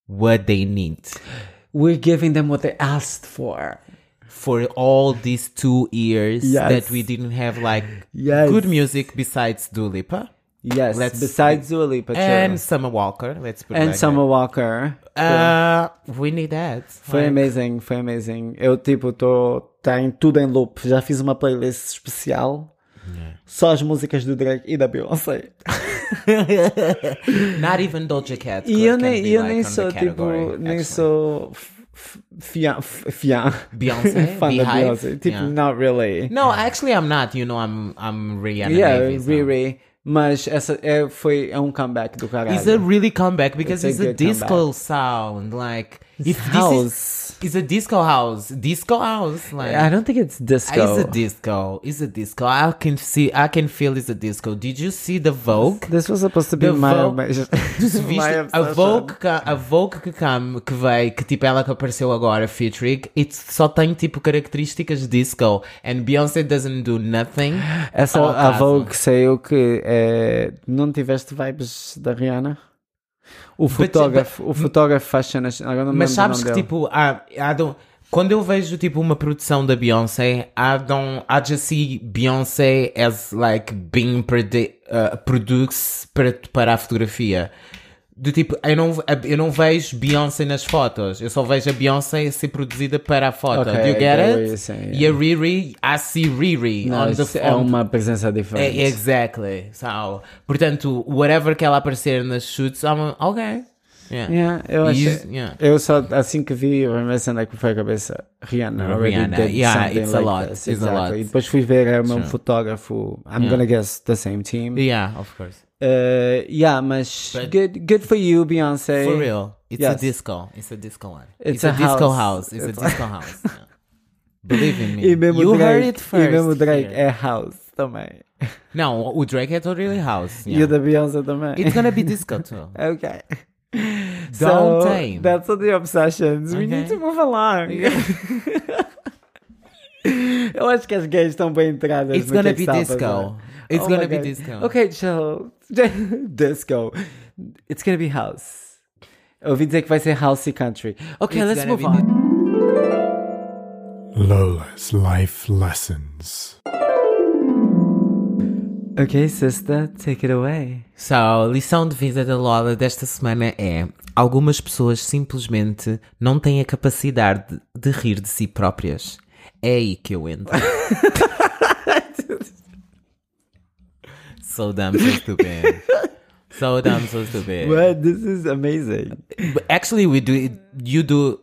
[SPEAKER 1] what they need
[SPEAKER 2] We're giving them what they asked for.
[SPEAKER 1] for all these two years
[SPEAKER 2] Yes.
[SPEAKER 1] that we didn't have like
[SPEAKER 2] Yes.
[SPEAKER 1] good music besides Dua Lipa
[SPEAKER 2] Yes,
[SPEAKER 1] Let's-
[SPEAKER 2] besides Dua Lipa. true.
[SPEAKER 1] and Summer Walker. Let's put it
[SPEAKER 2] and
[SPEAKER 1] like
[SPEAKER 2] Summer Walker.
[SPEAKER 1] that. Uh, we need that.
[SPEAKER 2] Foi
[SPEAKER 1] Like,
[SPEAKER 2] amazing, foi amazing. Eu, tipo, estou. Tá em tudo em loop. Já fiz uma playlist especial. Só as músicas do Drake e da Beyoncé.
[SPEAKER 1] not even Doja Cat.
[SPEAKER 2] E eu
[SPEAKER 1] can
[SPEAKER 2] nem,
[SPEAKER 1] be,
[SPEAKER 2] eu
[SPEAKER 1] like,
[SPEAKER 2] nem
[SPEAKER 1] on the
[SPEAKER 2] sou, tipo,
[SPEAKER 1] category,
[SPEAKER 2] nem
[SPEAKER 1] actually.
[SPEAKER 2] sou f- fian, f- fian.
[SPEAKER 1] Beyoncé?
[SPEAKER 2] <laughs> fã da
[SPEAKER 1] Beehive?
[SPEAKER 2] Beyoncé. Tipo,
[SPEAKER 1] Yeah.
[SPEAKER 2] not really.
[SPEAKER 1] No, actually, I'm not. You know, I'm I'm Rihanna
[SPEAKER 2] yeah,
[SPEAKER 1] Davis. now.
[SPEAKER 2] Riri. Mas essa é, foi, é um comeback do caralho.
[SPEAKER 1] It's a really comeback because
[SPEAKER 2] It's a
[SPEAKER 1] it's, a,
[SPEAKER 2] good
[SPEAKER 1] disco
[SPEAKER 2] comeback.
[SPEAKER 1] sound. Like if this is
[SPEAKER 2] house.
[SPEAKER 1] it's a disco house, disco house. Like
[SPEAKER 2] I don't think it's disco.
[SPEAKER 1] it's a disco. It's a disco. I can see. I can feel it's a disco. Did you see the Vogue?
[SPEAKER 2] <laughs> This was supposed to be
[SPEAKER 1] The
[SPEAKER 2] <laughs> my,
[SPEAKER 1] Vogue-
[SPEAKER 2] obsession.
[SPEAKER 1] Tu viste
[SPEAKER 2] my
[SPEAKER 1] a
[SPEAKER 2] obsession.
[SPEAKER 1] Vogue, que- a Vogue que, cam, que veio, que tipo ela que apareceu agora, featuring, it só tem tipo características disco. And Beyoncé doesn't do nothing.
[SPEAKER 2] Essa
[SPEAKER 1] ao
[SPEAKER 2] É a
[SPEAKER 1] caso.
[SPEAKER 2] Vogue saiu que é, não tiveste vibes da Rihanna? O fotógrafo, o fotógrafo faz cenas. Agora não me
[SPEAKER 1] Mas
[SPEAKER 2] lembro do
[SPEAKER 1] sabes
[SPEAKER 2] nome
[SPEAKER 1] que
[SPEAKER 2] dele.
[SPEAKER 1] tipo, há, há de um- quando eu vejo tipo uma produção da Beyoncé, I don't, I just see Beyoncé as like being produ uh, produced para, para a fotografia. Do tipo, eu não, eu não vejo Beyoncé nas fotos, eu só vejo a Beyoncé ser produzida para a foto.
[SPEAKER 2] Ok,
[SPEAKER 1] Do you
[SPEAKER 2] I get
[SPEAKER 1] get
[SPEAKER 2] what
[SPEAKER 1] it?
[SPEAKER 2] you're saying,
[SPEAKER 1] E a Riri, I see Riri
[SPEAKER 2] Não,
[SPEAKER 1] on the
[SPEAKER 2] isso é
[SPEAKER 1] on
[SPEAKER 2] uma presença diferente.
[SPEAKER 1] É, exactly. So, portanto, whatever que ela aparecer nas shoots, I'm ok. Yeah.
[SPEAKER 2] Yeah, eu,
[SPEAKER 1] E
[SPEAKER 2] achei,
[SPEAKER 1] isso- yeah.
[SPEAKER 2] eu só assim que vi a primeira cena que foi a cabeça Rihanna already
[SPEAKER 1] Rihanna,
[SPEAKER 2] did
[SPEAKER 1] yeah,
[SPEAKER 2] something
[SPEAKER 1] it's a
[SPEAKER 2] like
[SPEAKER 1] lot,
[SPEAKER 2] this,
[SPEAKER 1] it's a lot.
[SPEAKER 2] exactly. e depois fui ver era o mesmo fotógrafo I'm gonna guess the same team
[SPEAKER 1] yeah, of course.
[SPEAKER 2] Uh, yeah mas
[SPEAKER 1] But-
[SPEAKER 2] good, good for you Beyoncé
[SPEAKER 1] For real. It's a
[SPEAKER 2] Yes.
[SPEAKER 1] disco. It's a disco one.
[SPEAKER 2] It's
[SPEAKER 1] It's,
[SPEAKER 2] a
[SPEAKER 1] a, disco
[SPEAKER 2] house.
[SPEAKER 1] house. It's, a disco house. Yeah. Believe
[SPEAKER 2] <laughs>
[SPEAKER 1] in me.
[SPEAKER 2] e mesmo
[SPEAKER 1] you
[SPEAKER 2] Drake,
[SPEAKER 1] heard it first.
[SPEAKER 2] e mesmo Drake
[SPEAKER 1] here.
[SPEAKER 2] é house também
[SPEAKER 1] Não, o Drake é totally house.
[SPEAKER 2] e
[SPEAKER 1] Yeah.
[SPEAKER 2] o da Beyoncé também
[SPEAKER 1] It's gonna be disco too.
[SPEAKER 2] <laughs> ok
[SPEAKER 1] Don't
[SPEAKER 2] so
[SPEAKER 1] tame.
[SPEAKER 2] that's all the obsessions we
[SPEAKER 1] Ok.
[SPEAKER 2] need to move along <laughs> eu acho que as gays estão bem entradas
[SPEAKER 1] It's
[SPEAKER 2] no
[SPEAKER 1] gonna
[SPEAKER 2] que
[SPEAKER 1] be
[SPEAKER 2] é que está a passar.
[SPEAKER 1] disco. It's
[SPEAKER 2] Oh my
[SPEAKER 1] gonna be
[SPEAKER 2] God.
[SPEAKER 1] disco.
[SPEAKER 2] Okay, <laughs> chill. disco. It's gonna be house. Eu ouvi dizer que vai ser house e country. Okay,
[SPEAKER 1] It's
[SPEAKER 2] let's
[SPEAKER 1] gonna
[SPEAKER 2] move
[SPEAKER 1] be
[SPEAKER 2] on.
[SPEAKER 3] Lola's Life Lessons.
[SPEAKER 2] Okay, sister, take it away.
[SPEAKER 1] So, lição de vida da Lola desta semana é: algumas pessoas simplesmente não têm a capacidade de rir de si próprias. É aí que eu entro. so dumb, so stupid. So dumb, so stupid.
[SPEAKER 2] What? This is amazing.
[SPEAKER 1] But actually, we do it. You do.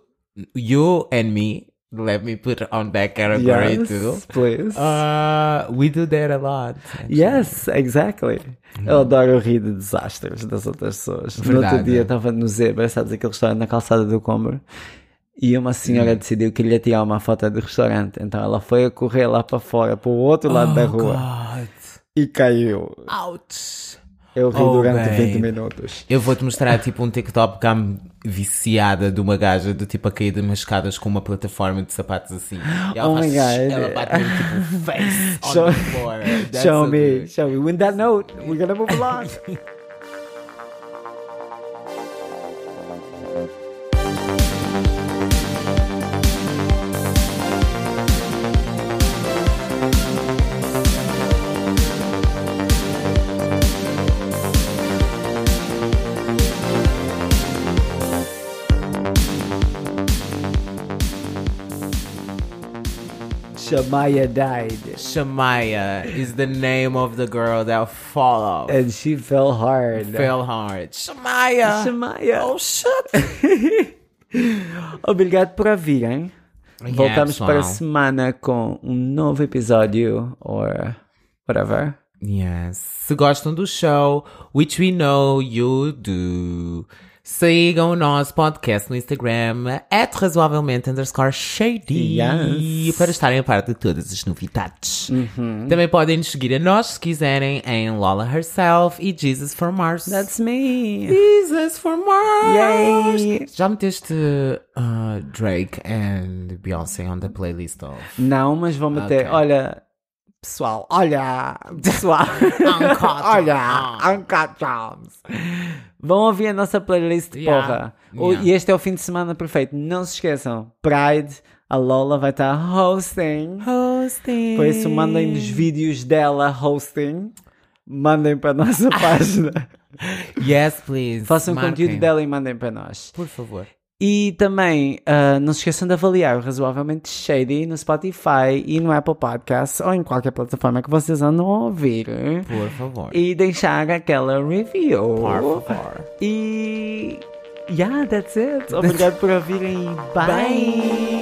[SPEAKER 1] You and me. Let me put on that category too.
[SPEAKER 2] Yes, please.
[SPEAKER 1] Uh, we do that a lot.
[SPEAKER 2] Yes, exactly. Eu adoro rir de desastres das outras pessoas. No outro
[SPEAKER 1] Uhum. Verdade.
[SPEAKER 2] dia estava no Zebra, sabes aquele restaurante na calçada do Combro? E uma senhora
[SPEAKER 1] Uhum.
[SPEAKER 2] decidiu que lhe ia tirar uma foto do restaurante. Então ela foi a correr lá para fora, para o outro lado da rua.
[SPEAKER 1] Oh, God.
[SPEAKER 2] E caiu.
[SPEAKER 1] Ouch.
[SPEAKER 2] Eu ri
[SPEAKER 1] Oh,
[SPEAKER 2] durante
[SPEAKER 1] babe.
[SPEAKER 2] 20 minutos.
[SPEAKER 1] Eu vou-te mostrar tipo um TikTok que há-me viciada de uma gaja do tipo a cair de umas escadas com uma plataforma de sapatos assim. E ela
[SPEAKER 2] Oh my
[SPEAKER 1] faz,
[SPEAKER 2] God.
[SPEAKER 1] Ela bate mesmo tipo face on
[SPEAKER 2] Show-
[SPEAKER 1] the floor. That's
[SPEAKER 2] show
[SPEAKER 1] so
[SPEAKER 2] me,
[SPEAKER 1] good.
[SPEAKER 2] show me. With that note, we're gonna
[SPEAKER 1] <laughs>
[SPEAKER 2] move along. Shamaya died.
[SPEAKER 1] Shamaya is the name of the girl that followed.
[SPEAKER 2] And she fell hard.
[SPEAKER 1] Fell hard. Shamaya.
[SPEAKER 2] Shamaya.
[SPEAKER 1] Oh shit.
[SPEAKER 2] <laughs> Obrigado por ouvirem.
[SPEAKER 1] Yeah,
[SPEAKER 2] Voltamos
[SPEAKER 1] pessoal.
[SPEAKER 2] para a semana com um novo episódio or whatever.
[SPEAKER 1] Yes. Se gostam do show, which we know you do, sigam o nosso podcast no Instagram, at razoavelmente underscore shady,
[SPEAKER 2] Yes. Uhum.
[SPEAKER 1] para estarem a par de todas as novidades. Também podem nos seguir a nós, se quiserem, em Lola Herself e Jesus for Mars.
[SPEAKER 2] That's me.
[SPEAKER 1] Jesus for Mars!
[SPEAKER 2] Yay.
[SPEAKER 1] Já meteste uh, Drake and Beyoncé on the playlist of
[SPEAKER 2] Não, mas vou meter.
[SPEAKER 1] Ok.
[SPEAKER 2] Olha, pessoal, olha, <laughs> pessoal,
[SPEAKER 1] Uncut
[SPEAKER 2] olha,
[SPEAKER 1] Gems.
[SPEAKER 2] Uncut Jobs. Vão ouvir a nossa playlist,
[SPEAKER 1] Yeah,
[SPEAKER 2] porra. O-
[SPEAKER 1] yeah.
[SPEAKER 2] E este é o fim de semana perfeito. Não se esqueçam, Pride, a Lola vai estar hosting.
[SPEAKER 1] Hosting.
[SPEAKER 2] Por isso,
[SPEAKER 1] Eh.
[SPEAKER 2] mandem-nos vídeos dela hosting. Mandem para
[SPEAKER 1] <laughs>
[SPEAKER 2] a nossa página.
[SPEAKER 1] Yes, please.
[SPEAKER 2] Façam
[SPEAKER 1] Marquem.
[SPEAKER 2] conteúdo dela e mandem para nós.
[SPEAKER 1] Por favor.
[SPEAKER 2] E também, ah, não se esqueçam de avaliar o Razoavelmente Shady no Spotify e no Apple Podcasts ou em qualquer plataforma que vocês andam a ouvir.
[SPEAKER 1] Por favor.
[SPEAKER 2] E deixar aquela review.
[SPEAKER 1] Por favor.
[SPEAKER 2] E. Yeah, that's it. Obrigado por ouvirem. Bye.